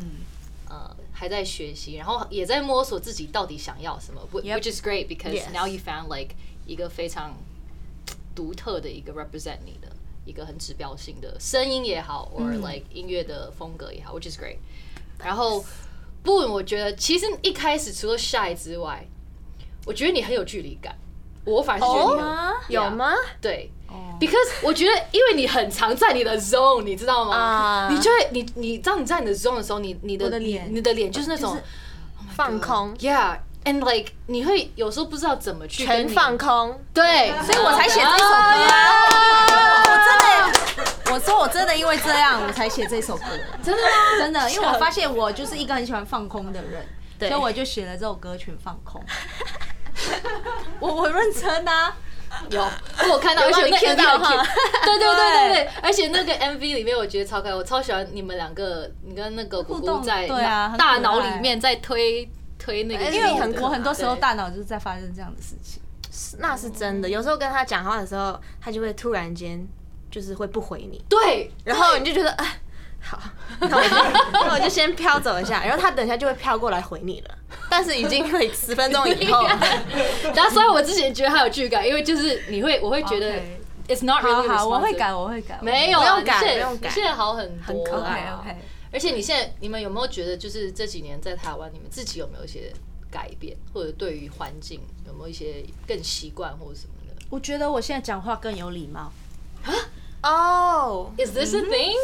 B: 呃还在学习，然后也在摸索自己到底想要什么，whi-
A: Yep.
B: ，which is great because
C: Yes.
B: now you found like 一个非常独特的一个 represent 你的一个很指标性的声音也好，or like 音乐的风格也好，which is great。然后 Boon，我觉得其实一开始除了 shy 之外，我觉得你很有距离感。我反而是觉得你有
C: 哦
B: 有
C: 有吗？
B: 对，because
A: 哦
B: 我觉得，因为你很常在你的 zone，你知道吗
C: 啊
B: 你就会，你你当你在你的 zone 的时候，你你的
A: 我的脸
B: 你的脸就是那种
C: 放空，
B: ，yeah，and like 你会有时候不知道怎么去跟
C: 全
B: 你
C: 放，空，
B: 对，
A: 所以我才写这首歌
B: 哎
A: 啊。我真的，我说我真的因为这样，我才写这首歌。真的吗？真的，因为我发现我就是一个很喜欢放空的人，所
C: 对
A: 以我就写了这首歌全放空。 我我认真啊，
B: 有，我有看到，而且
C: 有
B: 那
C: 让你
B: MV
C: 看到
B: 很 cute
C: 哈
B: 对对 对对对，而且那个 MV 里面我觉得超可爱，我超喜欢你们两个，你跟那个姑
A: 互
B: 姑
A: 动
B: 在
A: 对啊
B: 脑
A: 很可
B: 大
A: 爱哎
B: 脑里面在推推那个，
C: 因
A: 因
C: 为
A: 为
C: 你很可
A: 我
C: 爱
A: 我很多时候
B: 对
A: 大脑就是在发生这样的事情。
C: 那是真的。有时候跟他讲话的时候，他就会突然间就是会不回你，
B: 对，
C: 然后你就觉得哎。好，那我就那我就先飘走一 下，然后他等一下就会飘过来回你了，但是已经可以十分钟以 后，
B: 然后所以我之前觉得他有距离感，因为就是你会，我会觉得
A: OK
B: it's not
A: 好
B: really
A: 好，我会
B: responsive
A: 改，我会改。
B: 没有啊，
C: 不用改
B: 你现在
C: 不用改
B: 你现在好很多，很
C: 可
A: ，OK
C: 爱
A: OK。
B: 而且你现在，你们有没有觉得，就是这几年在台湾，你们自己有没有一些改变，或者对于环境有没有一些更习惯或者什么的
A: 我觉得我现在讲话更有礼貌。
C: 哦，
B: ？Is this a thing？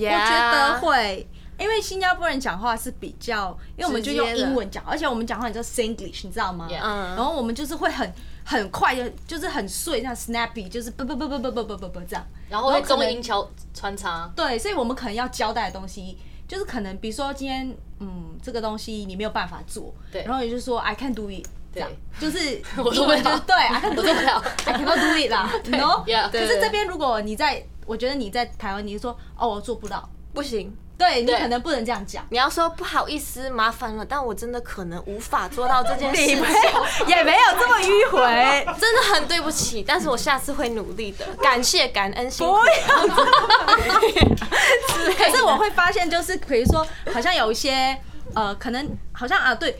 A: 我觉得会，因为新加坡人讲话是比较，因为我们就用
C: 直接的
A: 英文讲，而且我们讲话你知道 Singlish，你知道吗？
B: Yeah
C: 嗯
A: 然后我们就是会很很快的，就是很碎，这样 snappy，就是不不不不不不不不不这样。
B: 然后会
A: 可能
B: 中英交穿插，
A: 对，所以我们可能要交代的东西，就是可能比如说今天，嗯，这个东西你没有办法做，
B: 对
A: 然后你就说 I can do it，这样，就是
B: 我做
A: 英
B: 不
A: 文就
B: 了
A: 是对 I can do
B: 我做不
A: it
B: 了。
A: I cannot do it 啦，no。
B: Yeah
A: 可
C: 对
A: 是这边如果你在，我觉得你在台湾，你就说哦我做不到，
C: 不行，
A: 对你
B: 对
A: 可能不能这样讲。
C: 你要说不好意思，麻烦了，但我真的可能无法做到这件 事情，
A: 也没有这么迂回，
C: 真的很对不起，但是我下次会努力的，感谢感恩心。
A: 不要这么。可是我会发现，就是比如说，好像有一些呃，可能好像啊，对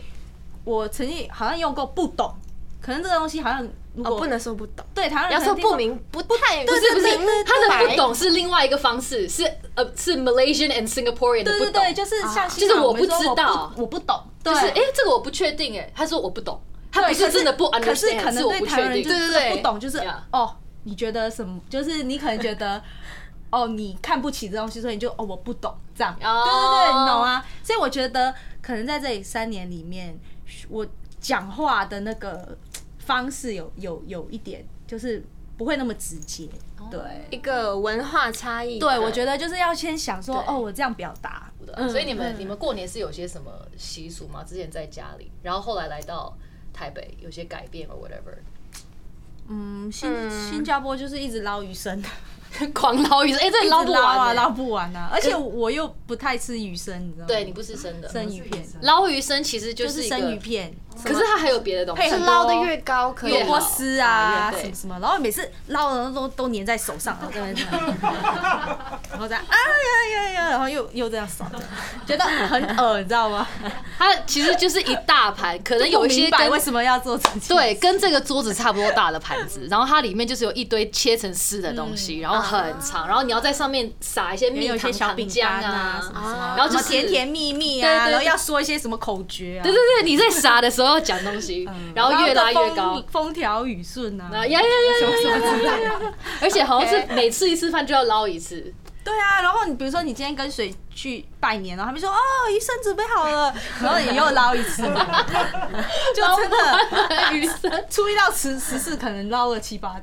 A: 我曾经好像用过不懂，可能这个东西好像如
C: 哦，
A: 果
C: 不能说不懂，
A: 对台湾人
C: 要
A: 可
C: 说
A: 能听
C: 不明不太
B: 不是不是
C: 明，
B: 他的不
C: 白
B: 懂是另外一个方式，是呃是 Malaysian and Singaporean 的
A: 对
B: 不
A: 对
B: 懂
A: 对，，就是像
B: 就是
A: 西方
B: 我
A: 们
B: 不
A: 说
B: 知道
A: 我不懂，就
B: 就是哎、诶这个我不确定哎，他说我不懂，他
A: 对，
B: 不是真的不
A: 可是
B: understand，
A: 可能
B: 我
A: 对
B: 不
A: 台
B: 确
A: 湾人
B: 定，
A: 就是
C: 对
A: 真
C: 对
A: 的
C: 对
A: 不懂，就是
B: Yeah
A: 哦，你觉得什么？就是你可能觉得 哦，你看不起这东西，所以你就哦，我不懂这样。对
B: 哦
A: 对对，你懂啊？所以我觉得可能在这里三年里面，我讲话的那个方式有有有一点，就是不会那么直接。
B: 哦
A: 对
C: 一个文化差异。
A: 对，我觉得就是要先想说
B: 对
A: 哦，我这样表达，嗯
B: 所以你们、
A: 嗯
B: 你们过年是有些什么习俗吗？之前在家里，然后后来来到台北，有些改变 or whatever，
A: 嗯，新新加坡就是一直捞鱼生。
B: 狂捞鱼，哎、这
A: 一
B: 这
A: 直捞
B: 捞不完、
A: 啊，
B: 欸
A: 捞不完啊！而且我又不太吃鱼生，你知道吗？
B: 对你不是生的，
A: 生鱼片，
B: 捞鱼生其实就
A: 就是是
B: 一个
A: 生鱼，片、
B: 可是它还有别的东西
A: 配很多
C: 捞的越高，可
B: 越
C: 以
A: 萝
B: 好
A: 卜丝啊，
B: 对
A: 什么什么，然后每次捞的都都粘在手上，然后在那边 这样，然后这样啊呀呀呀，然后又又这样 扫，觉得很恶，你知道吗？
B: 它其实就是一大盘，可能有一
A: 不
B: 些
A: 明白
B: 跟
A: 为什么要做这己。
B: 对，跟这个桌子差不多大的盘子，然后它里面就是有一堆切成丝的东
A: 嗯
B: 西，然后很长，然后你要在上面撒一些
A: 也
B: 蜜
A: 有一
B: 糖
A: 些小
B: 糖
A: 饼
B: 浆
A: 干啊，什么什么，
B: 然后就
A: 什么
B: 是
A: 甜甜蜜蜜
B: 对对
A: 啊，
B: 对
A: 然后要说一些什么口诀啊，嗯
B: 对对对，你在撒的时候要讲东西，然后越拉越高
A: 风，风调雨顺啊，
B: 啊呀呀呀
A: 什
B: 呀
A: 么什
B: 呀
A: 么
B: 呀
A: 之
B: 呀
A: 类的。
B: 而且好像是每吃一次饭就要捞一次，
A: 对啊，然后你比如说你今天跟谁去拜年，然后他们说哦，医生准备好了， 然后你又捞一次， 就啊真的
B: 余 生。
A: 初一到十十四可能捞了七八，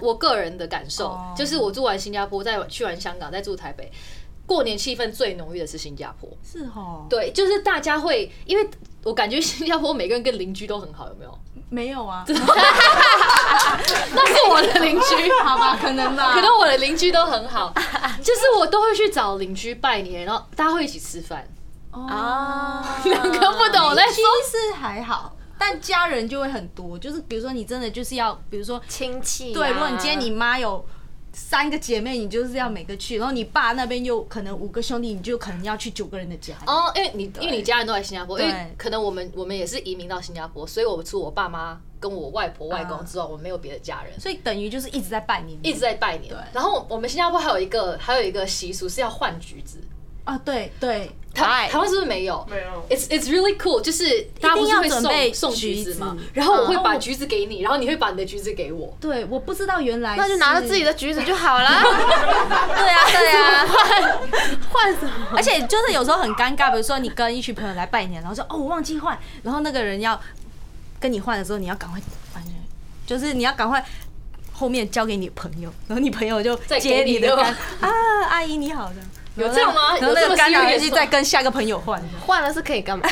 B: 我个人的感受
A: 哦
B: 就是，我住完新加坡，再去完香港，再住台北，过年气氛最浓郁的是新加坡。
A: 是哦，
B: 对，就是大家会，因为我感觉 新加坡每个人跟邻居都很好，有没 有？
A: 没有啊，
B: 那是我的邻 居，
A: 好吧，可能吧，
B: 可能我的邻居都很好，就是我都会去找邻居拜年，然后大家会一起吃饭。
A: 哦，
C: 啊，
B: 两个不懂我在
A: 其
B: 说，
A: 实还好，但家人就会很多，就是比如说你真的就是要，比如
B: 哎
A: 说
C: 亲戚啊。
A: 对，如果你今天你妈有。三个姐妹，你就是要每个去，然后你爸那边又可能五个兄弟，你就可能要去九个人的家。
B: 哦哦，因为你因为你家人都在新加坡，因为
A: 对
B: 可能我们我们也是移民到新加坡，所以我除我爸妈跟我外婆外公之外，我没有别的家人，
A: 所以等于就是一直在拜年，
B: 一直在拜年。然后我们新加坡还有一个还有一个习俗是要换橘子，
A: 啊，对对，
B: 台台湾是不是没有？
D: 没有
B: It's it's really cool，就是大家不是会送送橘子吗？然后我会把橘子给你，然后你会把你的橘子给我。
A: 对，我不知道原来
C: 那就拿着
A: 是
C: 自己的橘子就好啦。 对啊，对啊，换什么？
A: 而且就是有时候很尴尬，比如说你跟一群朋友来拜年，然后说哦我忘记换，然后那个人要跟你换的时候，你要赶快反正就是你要赶快后面交给你朋友，然后你朋友就
B: 再给
A: 接
B: 你
A: 的
B: 对吧
A: 干啊阿姨你好 的，
B: 有这样吗
A: 然后那
B: 有这么
A: 个干
B: serious
A: 扰就去再跟下个朋友换，
C: 换了是可以干嘛？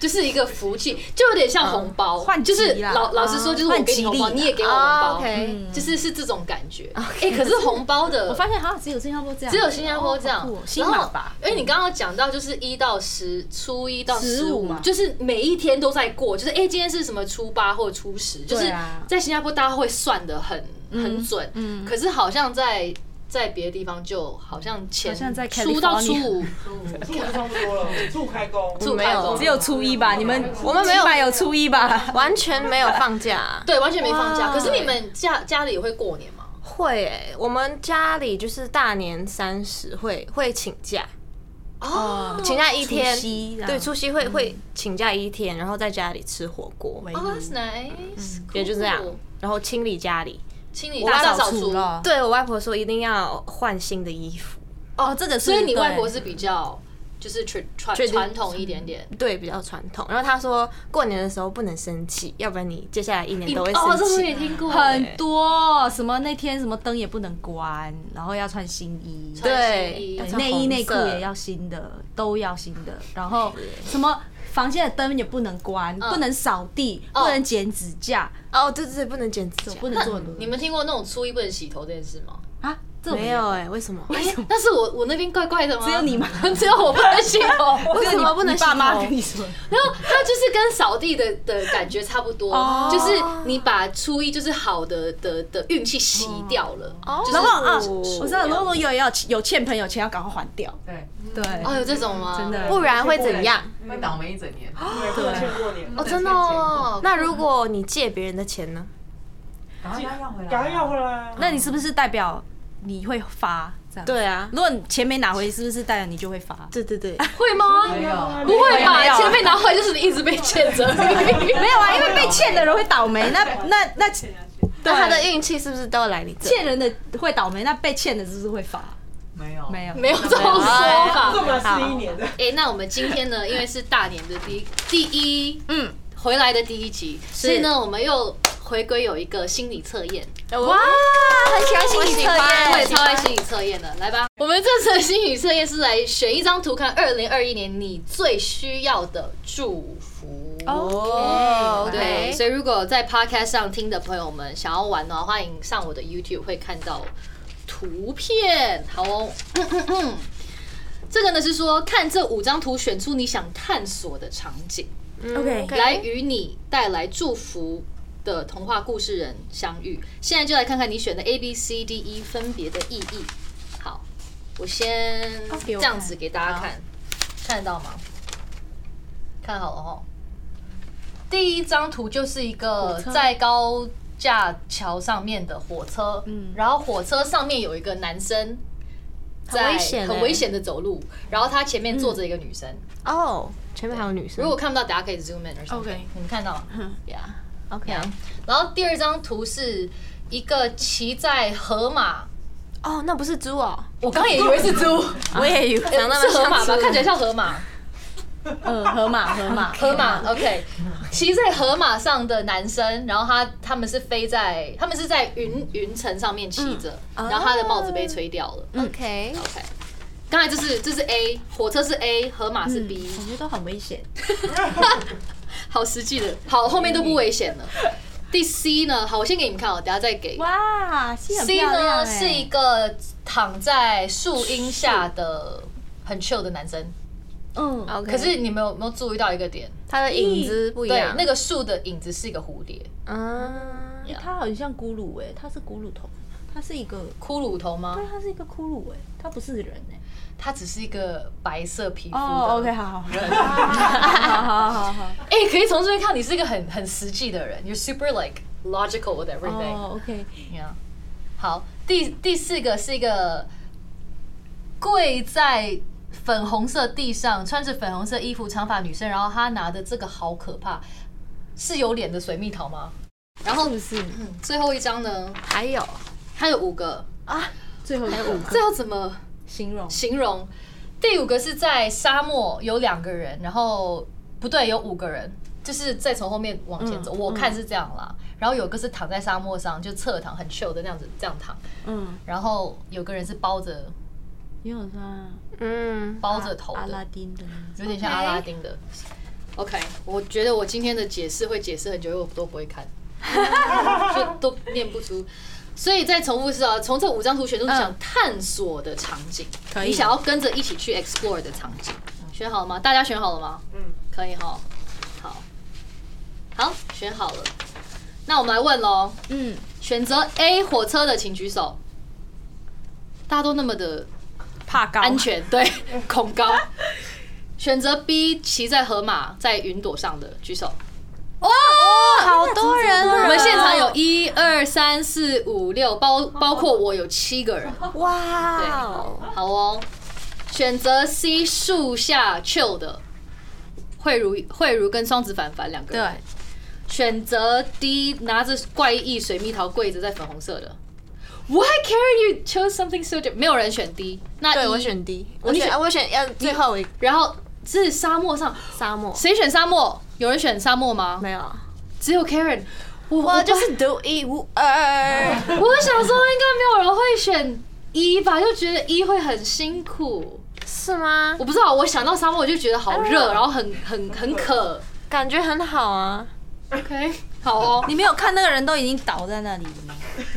B: 就是一个福气，就有点像红包，
A: 换
B: 就
A: 吉
B: 是
A: 啦
B: 老老实说，就是我给你红包，
A: 换吉利啦
B: 你也给我红包
C: 哦，OK
B: 嗯就是是这种感觉。哎，可是红包 的，
A: 我发现好像只有新加坡这样，
B: 只有新加坡
A: 哦
B: 这样
A: 好酷哦，新
B: 然
A: 马
B: 后
A: 吧，
B: 因为你刚刚讲到就是一到十，初一到十
A: 15
B: 五
A: 嘛，
B: 就是每一天都在过，就是哎、今天是什么初八或者初十，就是
A: 对啊嗯
B: 在新加坡大家会算的很很准，可是好像在在别的地方就好像前
A: 好像在
B: 初到初五，
D: 住差不多了，住开工，
B: 住
C: 没有
A: 只有初一吧，你们
D: 我
C: 们没有
A: 起码有初一吧？
C: 完全没有放假啊、
B: 对，完全没放假。
C: 哇
B: 可是你们家家里也会过年吗？
C: 会、欸，我们家里就是大年三十会会请假，
B: 哦，
C: 请假一天
A: 除夕这，样嗯
C: 对，除夕会会请假一天，然后在家里吃火锅，
B: 哦，That's nice，
A: 嗯
C: 也就这样
B: cool，
C: 然后清理家里。
B: 清理
C: 我
B: 大
C: 大
B: 扫
C: 扫
B: 除。
A: 了，
C: 对我外婆说一定要换新的衣服，
A: 哦，这个是
B: 所以你外
A: 对
B: 婆是比较就是传传
C: 确定
B: 传统一点点。
C: 对，比较传统。然后她说过年的时候不能生气，要不然你接下来一年都会
B: 哦，这
C: 生
B: 我也
C: 气。
B: 听过，
A: 很多什么那天什么灯也不能关，然后要穿新衣，
B: 穿新衣
C: 对，要穿
A: 内衣
C: 红
A: 内裤
C: 色
A: 也要新的，都要新的，然后什么房间的灯也不能关，不能扫地，
B: 哦
A: 不能剪指甲，
C: 哦，对对对，不能剪指甲，
A: 不能做很多
B: 你们听过那种初一不能洗头这件事吗？
A: 啊，这种
C: 没有哎、为什么？
B: 哎但是我我那边怪怪的吗？
A: 只有你吗？
B: 只有我不能洗 头。
C: 为什么不能
A: 你
C: 洗头
A: 爸妈跟你说，
B: 然后它就是跟扫地的的感觉差不多
A: 哦，
B: 就是你把初一就是好的的的运气洗掉了。
C: 哦
B: 就是
A: 然后啊，
C: 哦
A: 我知道，如果有要有欠朋友钱要赶快还掉，
D: 对，
A: 对，
B: 哦，有这种吗？
A: 真的
C: 不然会怎样？
D: 会倒霉一整年，对，欠过年，
B: 哦，真的哦。
C: 那如果你借别人的钱呢？
D: 赶快要回来，啊赶快要哎回来，
A: 那你是不是代表你会发这样？，
C: 对啊，
A: 如果你钱没拿回，是不是代表你就会发？
C: 对对对，
B: 会吗？
D: 没有，
B: 不会
A: 没有
B: 吧？
A: 啊
B: 前辈拿回来就是你一直被谴 责。没
A: 没有啊，因为被欠的人会倒霉，那 那那
C: 那他的运气是不是都来你这？
A: 欠人的会倒霉，那被欠的是不是会罚？
D: 没有，
A: 没有，
B: 没有这种说
A: 哎
B: 法。
D: 么是一年的，
B: 哎、那我们今天呢，因为是大年的第一第一
A: 嗯，
B: 回来的第一集，所以呢，我们又回归有一个心理测验。
A: 哦
C: 哇，很喜欢心理测验，
B: 我也超爱心理测验的，来吧。我们这次的心理测验是来选一张图，看二零二一年你最需要的祝福。
C: 哦
B: 对，
C: ，OK，
B: 所以如果在 podcast 上听的朋友们想要玩的话，欢迎上我的 YouTube 会看到图片。好哦，这个呢是说看这五张图选出你想探索的场景，
C: 嗯
A: OK
B: 来与你带来祝福的童话故事人相遇。现在就来看看你选的 A、B、C、D、E 分别的意义。好，我先
A: 哦
B: 这
A: 给我
B: 样
A: 看
B: 子给大家看，看得到吗？看好了哦。第一张图就是一个在高架桥上面的火车，嗯，然后火车上面有一个男生在
C: 危险欸
B: 很危险的走路，然后他前面坐着一个女生。
C: 哦，前面还有女生，
B: 如果看不到，大家可以 zoom in 或
A: OK 嗯
B: 你们看到吗？Yeah。
C: OK，
B: 然后第二张图是一个骑在河马，
C: 哦，那不是猪哦，
B: 我刚刚也以为是猪，
C: 我也有长那
B: 是
C: 啊
B: 河
C: 么像
B: 马吧？
C: 猪
B: 看起来像河马。
A: 呃，河马，河马，
B: 河马，OK，骑在河马上的男生，然后他他们是飞在，他们是在云云层上面骑着，
A: 嗯
B: 然后他的帽子
A: 哦
B: 被吹掉了。
C: OK，
B: OK，刚才这是这是 A，火车是 A，河马是 B，、
A: 我觉得都很危险。
B: 好实际的，好后面都不危险了。第 C 呢？好，我先给你们看哦，等下再给。
A: 嗯哇，C 很
B: C
A: 漂亮
B: 呢
A: 哎
B: 是一个躺在树荫下的很 chill 的男生，
A: 嗯，
C: OK，
B: 可是你们有没有注意到一个点？
C: 它的影子不一
B: 对
C: 样，，
B: 那个树的影子是一个蝴蝶。
C: 嗯，
A: 欸它很像咕噜哎，它是咕噜头，它是一个，
B: 骷髅头吗
A: 对，？它是一个骷髅哎，它不是人哎。
B: 它只是一个白色皮肤的。
A: 哦，OK，好好好， 好好好好，
B: 哎、可以从这边看你是一个很很实际的人，you're super like logical with everything、
A: 哦，OK，
B: Yeah. 好，第第四个是一个跪在粉红色地上，穿着粉红色衣服、长发女生，然后她拿的这个好可怕，是有脸的水蜜桃吗？
A: 然后不是
B: 嗯最后一张呢？啊
C: 还有
B: 它有五个，
A: 最后一个
B: 这要怎么
A: 形容
B: 形容？第五个是在沙漠有两个人，然后不对，有五个人，就是再从后面往前走，
A: 嗯
B: 我看是这样啦。然后有个是躺在沙漠上，就侧躺很 chill 的那样子这样躺，
A: 嗯，
B: 然后有个人是包着
A: 也有像
C: 嗯，
B: 包着头
A: 阿拉
B: 的，
A: 丁的那种，
B: 有点像阿拉丁的。OK，我觉得我今天的解释会解释很久，因为我都不 会看，就都念不出。所以再重复是啊，从这五张图选出你想探索的场景，
A: 嗯可以嗯
B: 你想要跟着一起去 explore 的场景，选好了吗？大家选好了吗？
D: 嗯，
B: 可以哈。好，好，选好了。那我们来问喽，
A: 嗯，
B: 选择 A 火车的请举手。大家都那么的
A: 怕高
B: 安全，对，恐高。选择 B 骑在河马在云朵上的举手。
C: 好多人啊
B: 我们现场有一二三四五六，包包括我有七个人。
C: 哇哦，
B: 好哦，选择 C 树下 chill 的，慧如慧如跟双子凡凡两个人。
A: 对，
B: 选择 D 拿着怪异水蜜桃跪着在粉红色的。Why Karen you chose something so different？没有人选 D，那 E,
C: 对我选 D，我
B: 你
C: 选
B: 选
C: 啊我选要最后一个
B: 然后是沙漠上，
C: 沙漠，
B: 谁选沙漠？有人选沙漠吗？
C: 没有，
B: 只有 Karen。我
C: 我就是独一无二。
B: 我想说，应该没有人会选一吧，就觉得一会很辛苦。
C: 是吗
B: 我？不知道，我想到沙漠我就觉得好
C: 哎
B: 热，然后很很很渴。
C: 感觉很好啊，
B: OK，好哦，
A: 你没有看那个人都已经倒在那里了吗？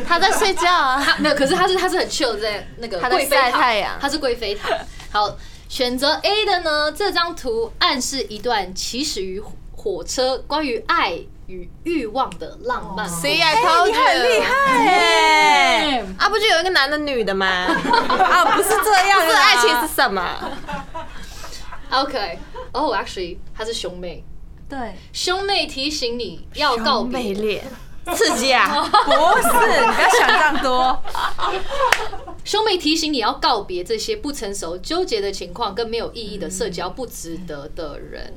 C: 他在睡觉啊。
B: 他没有，可是他是他是很 chill 在那个
C: 他在
B: 贵妃
C: 晒
B: 塔
C: 太阳
B: 他是贵妃塔。好，选择 A 的呢，这张图暗示一段起始于火车关于爱与欲望的浪漫。
A: 哎
C: Oh. See I told you，厉害
B: 耶
C: 啊，不就有一个男的女的 吗？
A: 啊，不是这样
C: 这
A: 啦，
C: 爱情是什么？
B: OK，哦、a c t u a l l y 她是兄妹，
A: 对，
B: 兄妹提醒你要告别。
C: 恋，刺激啊！
A: 不是，你不要想这样多。
B: 兄妹提醒你要告别这些不成熟、纠结的情况跟没有意义的社交，不值得的人。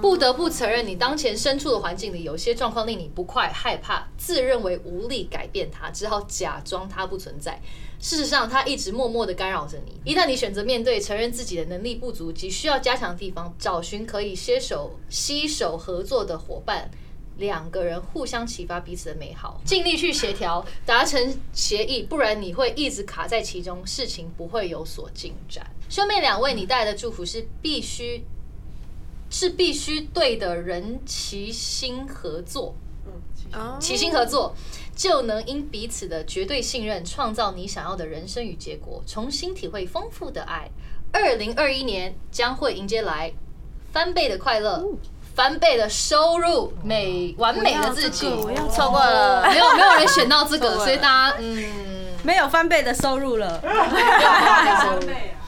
B: 不得不承认，你当前身处的环境里，有些状况令你不快、害怕，自认为无力改变它，只好假装它不存在。事实上，它一直默默地干扰着你。一旦你选择面对，承认自己的能力不足及需要加强的地方，找寻可以携手、携手合作的伙伴，两个人互相启发彼此的美好，尽力去协调，达成协议，不然你会一直卡在其中，事情不会有所进展。兄妹两位，你带来的祝福是必须，是必须对的人齐心合作，
A: 哦
B: 齐心合作就能因彼此的绝对信任，创造你想要的人生与结果，重新体会丰富的爱。二零二一年将会迎接来翻倍的快
A: 哦
B: 乐，翻倍的收入，美完美的自己。
A: 我要
C: 错 过了，
B: 没有没有人选到这个，
C: 错了
B: 所以大家嗯，
A: 没有翻倍的收入了，
D: 三倍啊，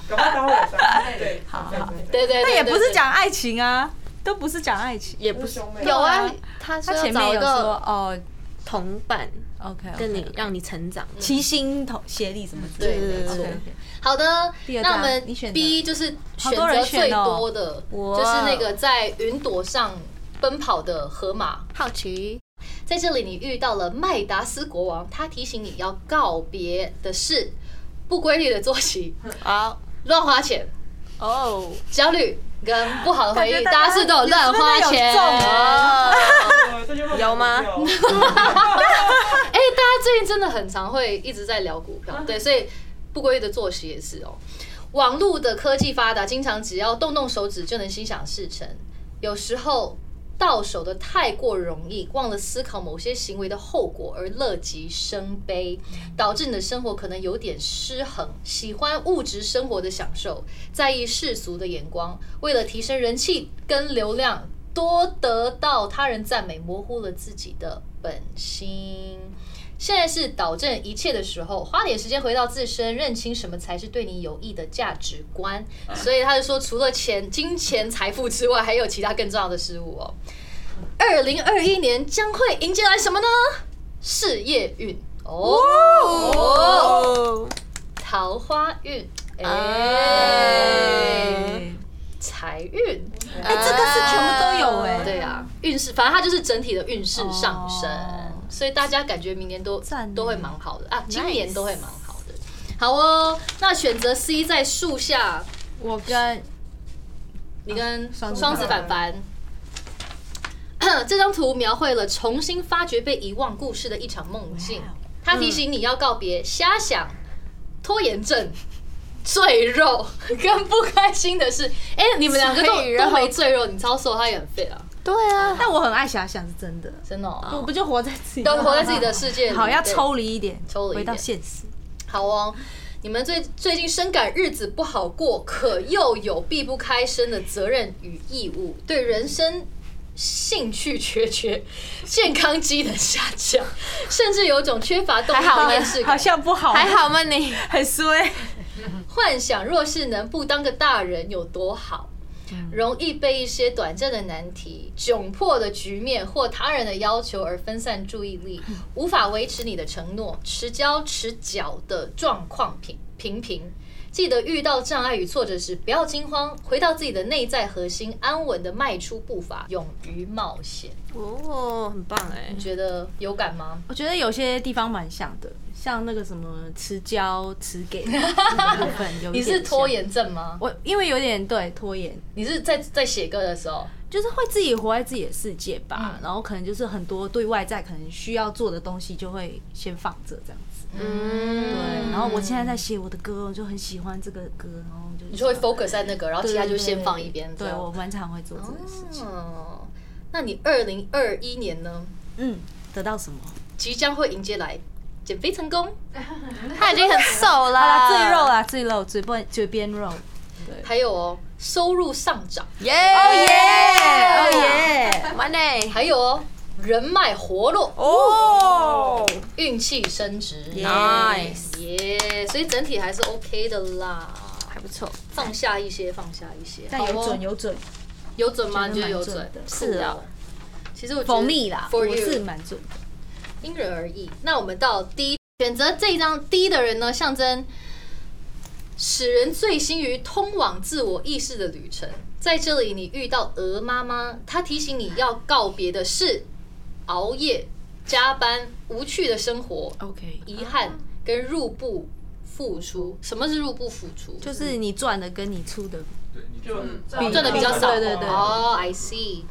D: 搞不好打我三倍，好好，
B: 对对，
A: 那
B: 对
A: 也不是，
B: 对
A: 讲爱情啊，都不是讲爱情。
C: 也
D: 不
C: 不
D: 是兄妹，
C: 有啊
A: 对啊。
C: 他
A: 他
C: 说要
A: 前
C: 找
A: 面
C: 一
A: 有说
C: 个
A: 哦
C: 同伴，
A: ，OK，
C: 跟你让你成长。
A: 齐心同协力什么之类
B: 对
A: 的。
B: 没错
A: OK，OK
B: 好的，
A: 第二
B: 那
A: 张
B: 我们
A: 你选择
B: B 就是
A: 好
B: 选
A: 多
B: 择
A: 人
B: 最
A: 选哦
B: 多的，
C: 哇
B: 就是那个在云朵上奔跑的河马。
C: 好奇，
B: 在这里，你遇到了麦达斯国王，他提醒你要告别的是不规律的作息、
C: 好
B: 乱花钱、
C: 哦
B: 焦虑跟不好的回
A: 感
B: 忆。
A: 觉大
B: 大
A: 家
B: 家是都有乱花钱，
A: 你是不是有中
B: 哎，
C: 哦，
D: 有
C: 吗
B: 哎大家最近真的很常会一直在聊股票，对，所以不规律的作息也是哦。网络的科技发达，经常只要动动手指就能心想事成，有时候到手的太过容易，忘了思考某些行为的后果而乐极生悲，导致你的生活可能有点失衡。喜欢物质生活的享受，在意世俗的眼光，为了提升人气跟流量，多得到他人赞美，模糊了自己的本心。现在是导正一切的时候，花点时间回到自身，认清什么才是对你有益的价值观。所以他就说，除了钱、金钱、财富之外，还有其他更重要的事物哦。二零二一年将会迎接来什么呢？事业运哦，哦
C: 哦，
B: 桃花运，哎，
C: 哎，
B: 财运，
A: 哎，这个是全部都有哎、
B: 对啊，运势，反正它就是整体的运势上升
A: 哦，
B: 所以大家感觉明年都
A: 赞欸
B: 都会
A: 耶
B: 蛮好的啊，今年都会蛮好的。好哦，那选择 C 在树下，
A: 我跟
B: 你跟
A: 啊双子
B: 双子反凡。 这张图描绘了重新发掘被遗忘故事的一场梦境，
A: 哦
B: 它提醒你要告别瞎想、拖延症、赘肉 跟不开心的事。哎，你们两 个都
C: 赘肉
B: 都没赘肉，你超瘦，他也很废啊，
C: 对啊，
A: 但我很爱遐想，是真的。
B: 真的、哦。
A: 我不就活在自己的
B: 都活在自己的世界里。
A: 啊好，要
B: 对
A: 抽离一点，
B: 抽离一点
A: 回到现实。
B: 好哦。你们最最近深感日子不好过，可又有避不开身的责任与义务，对人生兴趣缺缺，健康机能下降，甚至有种缺乏动力
C: 还好
B: 和
C: 呢
B: 厌世
A: 好
B: 感。
A: 像不好，
C: 还好吗你？
A: 很衰。
B: 幻想若是能不当个大人有多好，
A: 嗯
B: 容易被一些短暂的难题、窘迫的局面或他人的要求而分散注意力，
A: 嗯
B: 无法维持你的承诺，迟交迟缴的状况频频频。记得遇到障碍与挫折时，不要惊慌，回到自己的内在核心，安稳的迈出步伐，勇于冒险。
A: 嗯
C: 哦，很棒哎
B: 你，觉得有感吗？
A: 我觉得有些地方蛮像的，像那个什么迟交迟给的部分，有一
B: 你
A: 点
B: 是拖
A: 像。
B: 延症吗？
A: 我因为有点对拖延，
B: 你是在在写歌的时候，
A: 就是会自己活在自己的世界吧，
B: 嗯
A: 然后可能就是很多对外在可能需要做的东西就会先放着这样子。
C: 嗯，
A: 对，然后我现在在写我的歌，我就很喜欢这个歌，然后就
B: 你就会 focus 在那个，然后
A: 对
B: 其他就
A: 对
B: 先
A: 对
B: 放一边。这
A: 对
B: 样
A: 我蛮常会做这件事情。
B: 哦，那你二零二一年呢，
A: 嗯，得到什么？
B: 即将会迎接来减肥成功，
C: 他已经很瘦
A: 好啦，
C: 啦，
A: 赘肉啦，赘肉，嘴边嘴边肉。
B: 还有哦收入上涨，
C: 耶，
A: 哦
C: 哦
A: 耶！
C: 耶，完嘞，
B: 还有哦人脉活络，
C: 哦
B: 运气升职，
C: ，nice，
B: 耶！所以整体还是 OK 的啦，
C: 还不错，
B: 放下一些，放下一些，
A: 但
B: 好
A: 有
B: 哦
A: 准有准，
B: 有准吗？你觉
A: 觉得
B: 得有
A: 蛮准
B: 准
A: 的？
B: 酷
A: 是啊
B: 哦。其实我觉得
A: for me 啦，
B: ，for
A: 我
B: you
A: 是蛮准的。
B: 因人而异。那我们到 D，选择这一张 D 的人呢，象征使人醉心于通往自我意识的旅程。在这里，你遇到鹅妈妈，她提醒你要告别的是熬夜、加班、无趣的生活、
A: OK，
B: 遗憾跟入不付出。什么是入不付出？
A: 就是你赚的跟你出的，
E: 对，你赚
D: 就
B: 赚的比较少。
A: 对对对
B: 哦、i see。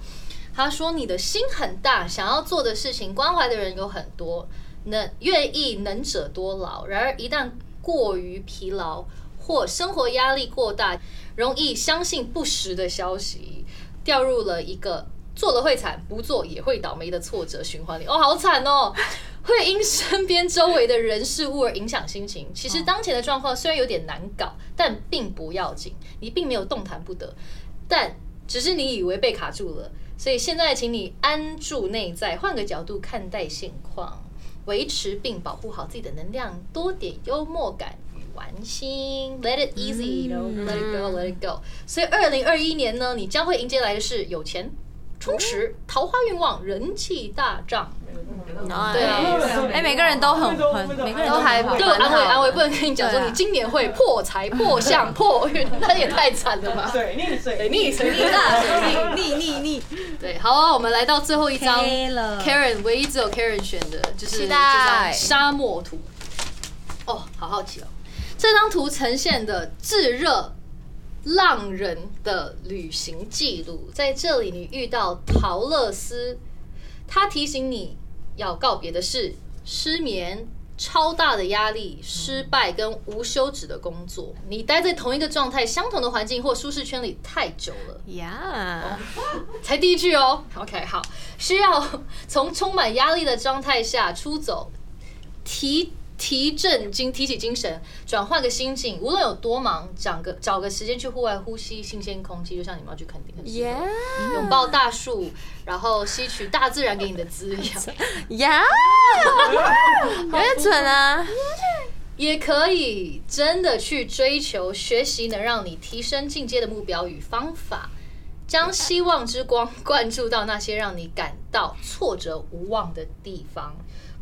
B: 他说你的心很大，想要做的事情，关怀的人有很多，能愿意能者多劳。然而一旦过于疲劳或生活压力过大，容易相信不实的消息，掉入了一个做了会惨，不做也会倒霉的挫折循环里。哦，好惨哦！ 会因身边周围的人事物而影响心情。其实当前的状况虽然有点难搞，但并不要紧，你并没有动弹不得，但只是你以为被卡住了。所以现在，请你安住内在，换个角度看待现况，维持并保护好自己的能量，多点幽默感与玩心。Let it easy, you know, let it go, let it go。所以，二零二一年呢，你将会迎接来的是有钱、充实、桃花运旺、人气大涨。对啊
A: 哎，每个人都很很，每个人
C: 都还
A: 很好
B: 就安慰安慰，不能跟你讲说
A: 对啊
B: 你今年会破财、破 相、破运，那也太惨了吧！
D: 水逆水
B: 逆水逆大水逆。
A: 逆逆逆，
B: 对，好啊，我们来到最后一啊张
A: 黑了
B: Karen 唯一只有 Karen 选的就是这
C: 期
B: 张
C: 待
B: 沙漠图。哦，好好奇哦，这张图呈现的炙热浪人的旅行记录，在这里你遇到陶乐斯，他提醒你要告别的是失眠。超大的压力、失败跟无休止的工作，你待在同一个状态、相同的环境或舒适圈里太久了，
C: 呀，
B: 才第一句哦。OK，好，需要从充满压力的状态下出走，提提振精提起精神，转换个心境，无论有多忙，找个找个时间去户外呼吸新鲜空气，就像你们要去垦丁的时
C: 耶
B: 候，拥抱大树，然后吸取大自然给你的滋养，
C: 呀，有点准啊！
B: 也可以真的去追求学习能让你提升进阶的目标与方法，将希望之光灌注到那些让你感到挫折无望的地方，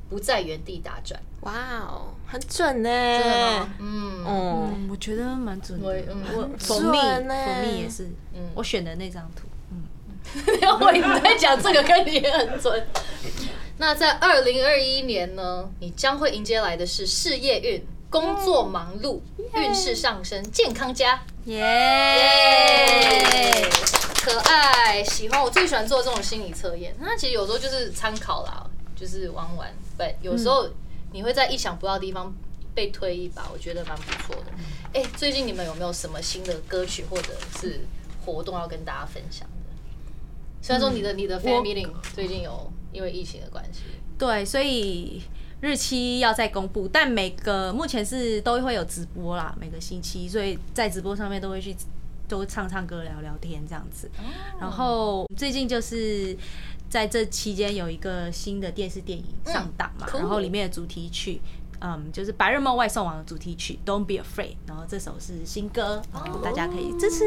B: 不在原地打转。
C: 哇哦，很准呢、
B: 真的吗？ 嗯，
C: 嗯，
A: 嗯，我觉得蛮准的。
B: 我嗯
A: 我
C: 准
A: 蜂蜜，
C: 欸
A: 蜂蜜也是，我选的那张图。嗯，
B: 要为你在讲这个，跟你也很准。那在二零二一年呢，你将会迎接来的是事业运、工作忙碌、运势上升、健康加。
A: 耶！
B: 可爱，喜欢我最喜欢做这种心理测验。那其实有时候就是参考啦，就是玩玩。对，有时候你会在意想不到的地方被推一把，我觉得蛮不错的。哎、最近你们有没有什么新的歌曲或者是活动要跟大家分享的？虽然说你的你的 fan meeting 最近有因为疫情的关系，
A: 对，所以日期要再公布，但每个目前是都会有直播啦，每个星期，所以在直播上面都会去都唱唱歌、聊聊天这样子。然后最近就是在这期间有一个新的电视电影上档嘛，
B: 嗯，cool
A: 然后里面的主题曲。嗯，就是《白日梦外送网》的主题曲《Don't Be Afraid》，然后这首是新歌，大家可以支持。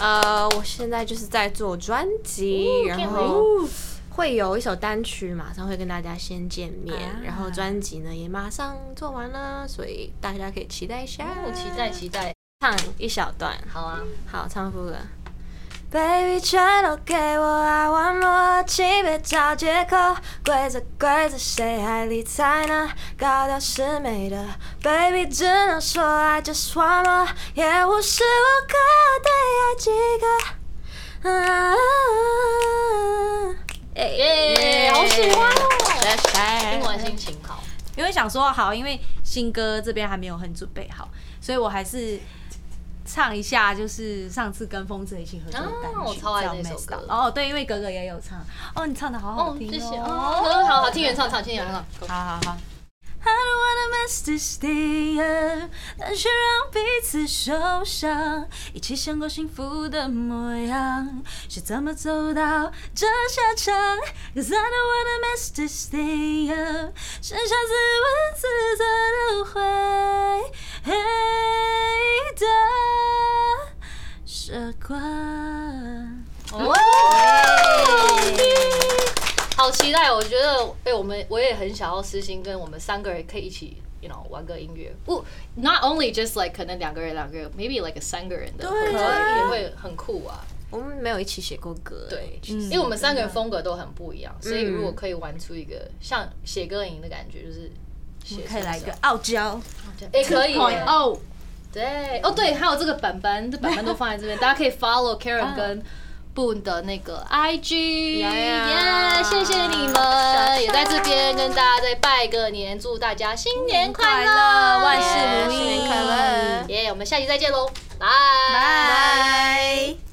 C: 呃，我现在就是在做专辑，然后会有一首单曲，马上会跟大家先见面，
B: 啊
C: 然后专辑呢也马上做完了，所以大家可以期待一下。
B: 我哦期待期待，
C: 唱一小段，
B: 好啊，
C: 好，唱副歌。Baby，全都给我，爱玩默契，别找借口。规则规则，谁还理睬呢？高调是美的，Baby 只能说 I just want more，也无时无刻对爱几个。啊，
B: 耶，好喜欢哦，听
C: 听
B: 完心情好。
A: 因为想说好，因为新歌这边还没有很准备好，所以我还是唱一下，就是上次跟疯子一起合作的单曲，
B: 啊我超爱
A: 叫
B: 这首
A: Messed
B: 歌
A: Up 哦，对，因为格格也有唱，哦，你唱的好好
B: 哦，
A: 听
B: 谢谢哦，
A: 哦，
B: 好好听原唱，唱听原唱。
A: 好好好。I don't wanna mess this day up，但却让彼此受伤。一起想过幸福的模样，是怎么走到这下场？Cause I don't wanna mess this day up，剩下自问自责的悔的傻瓜。
B: 哇，好期待！我觉得，哎、我们我也很想要私心跟我们三个人可以一起，you know，玩个音乐。不，not only just like 可能两个人两个人，maybe like 三个人的合作也会很酷啊。
C: 我们没有一起写过歌，
B: 对，因为我们三个人风格都很不一样，
A: 嗯
B: 所以如果可以玩出一个像写歌营的感觉，就是写
A: 可以来一个
B: 什么
A: 傲娇
B: 什么，也、可以耶
A: 哦，
B: 对，哦对，还有这个板板，这板板都放在 这边，大家可以 follow
A: 啊
B: Karen 跟 Boon 的那个 IG，耶
C: Yeah，
B: 谢谢你
C: 下
B: 们，也在这边跟大家再拜个年，祝大家新年快
A: 快
B: 乐，
A: 乐，万事如
C: 新
A: 意，
C: 年快乐
B: 耶我们下期再见喽，拜
A: 拜。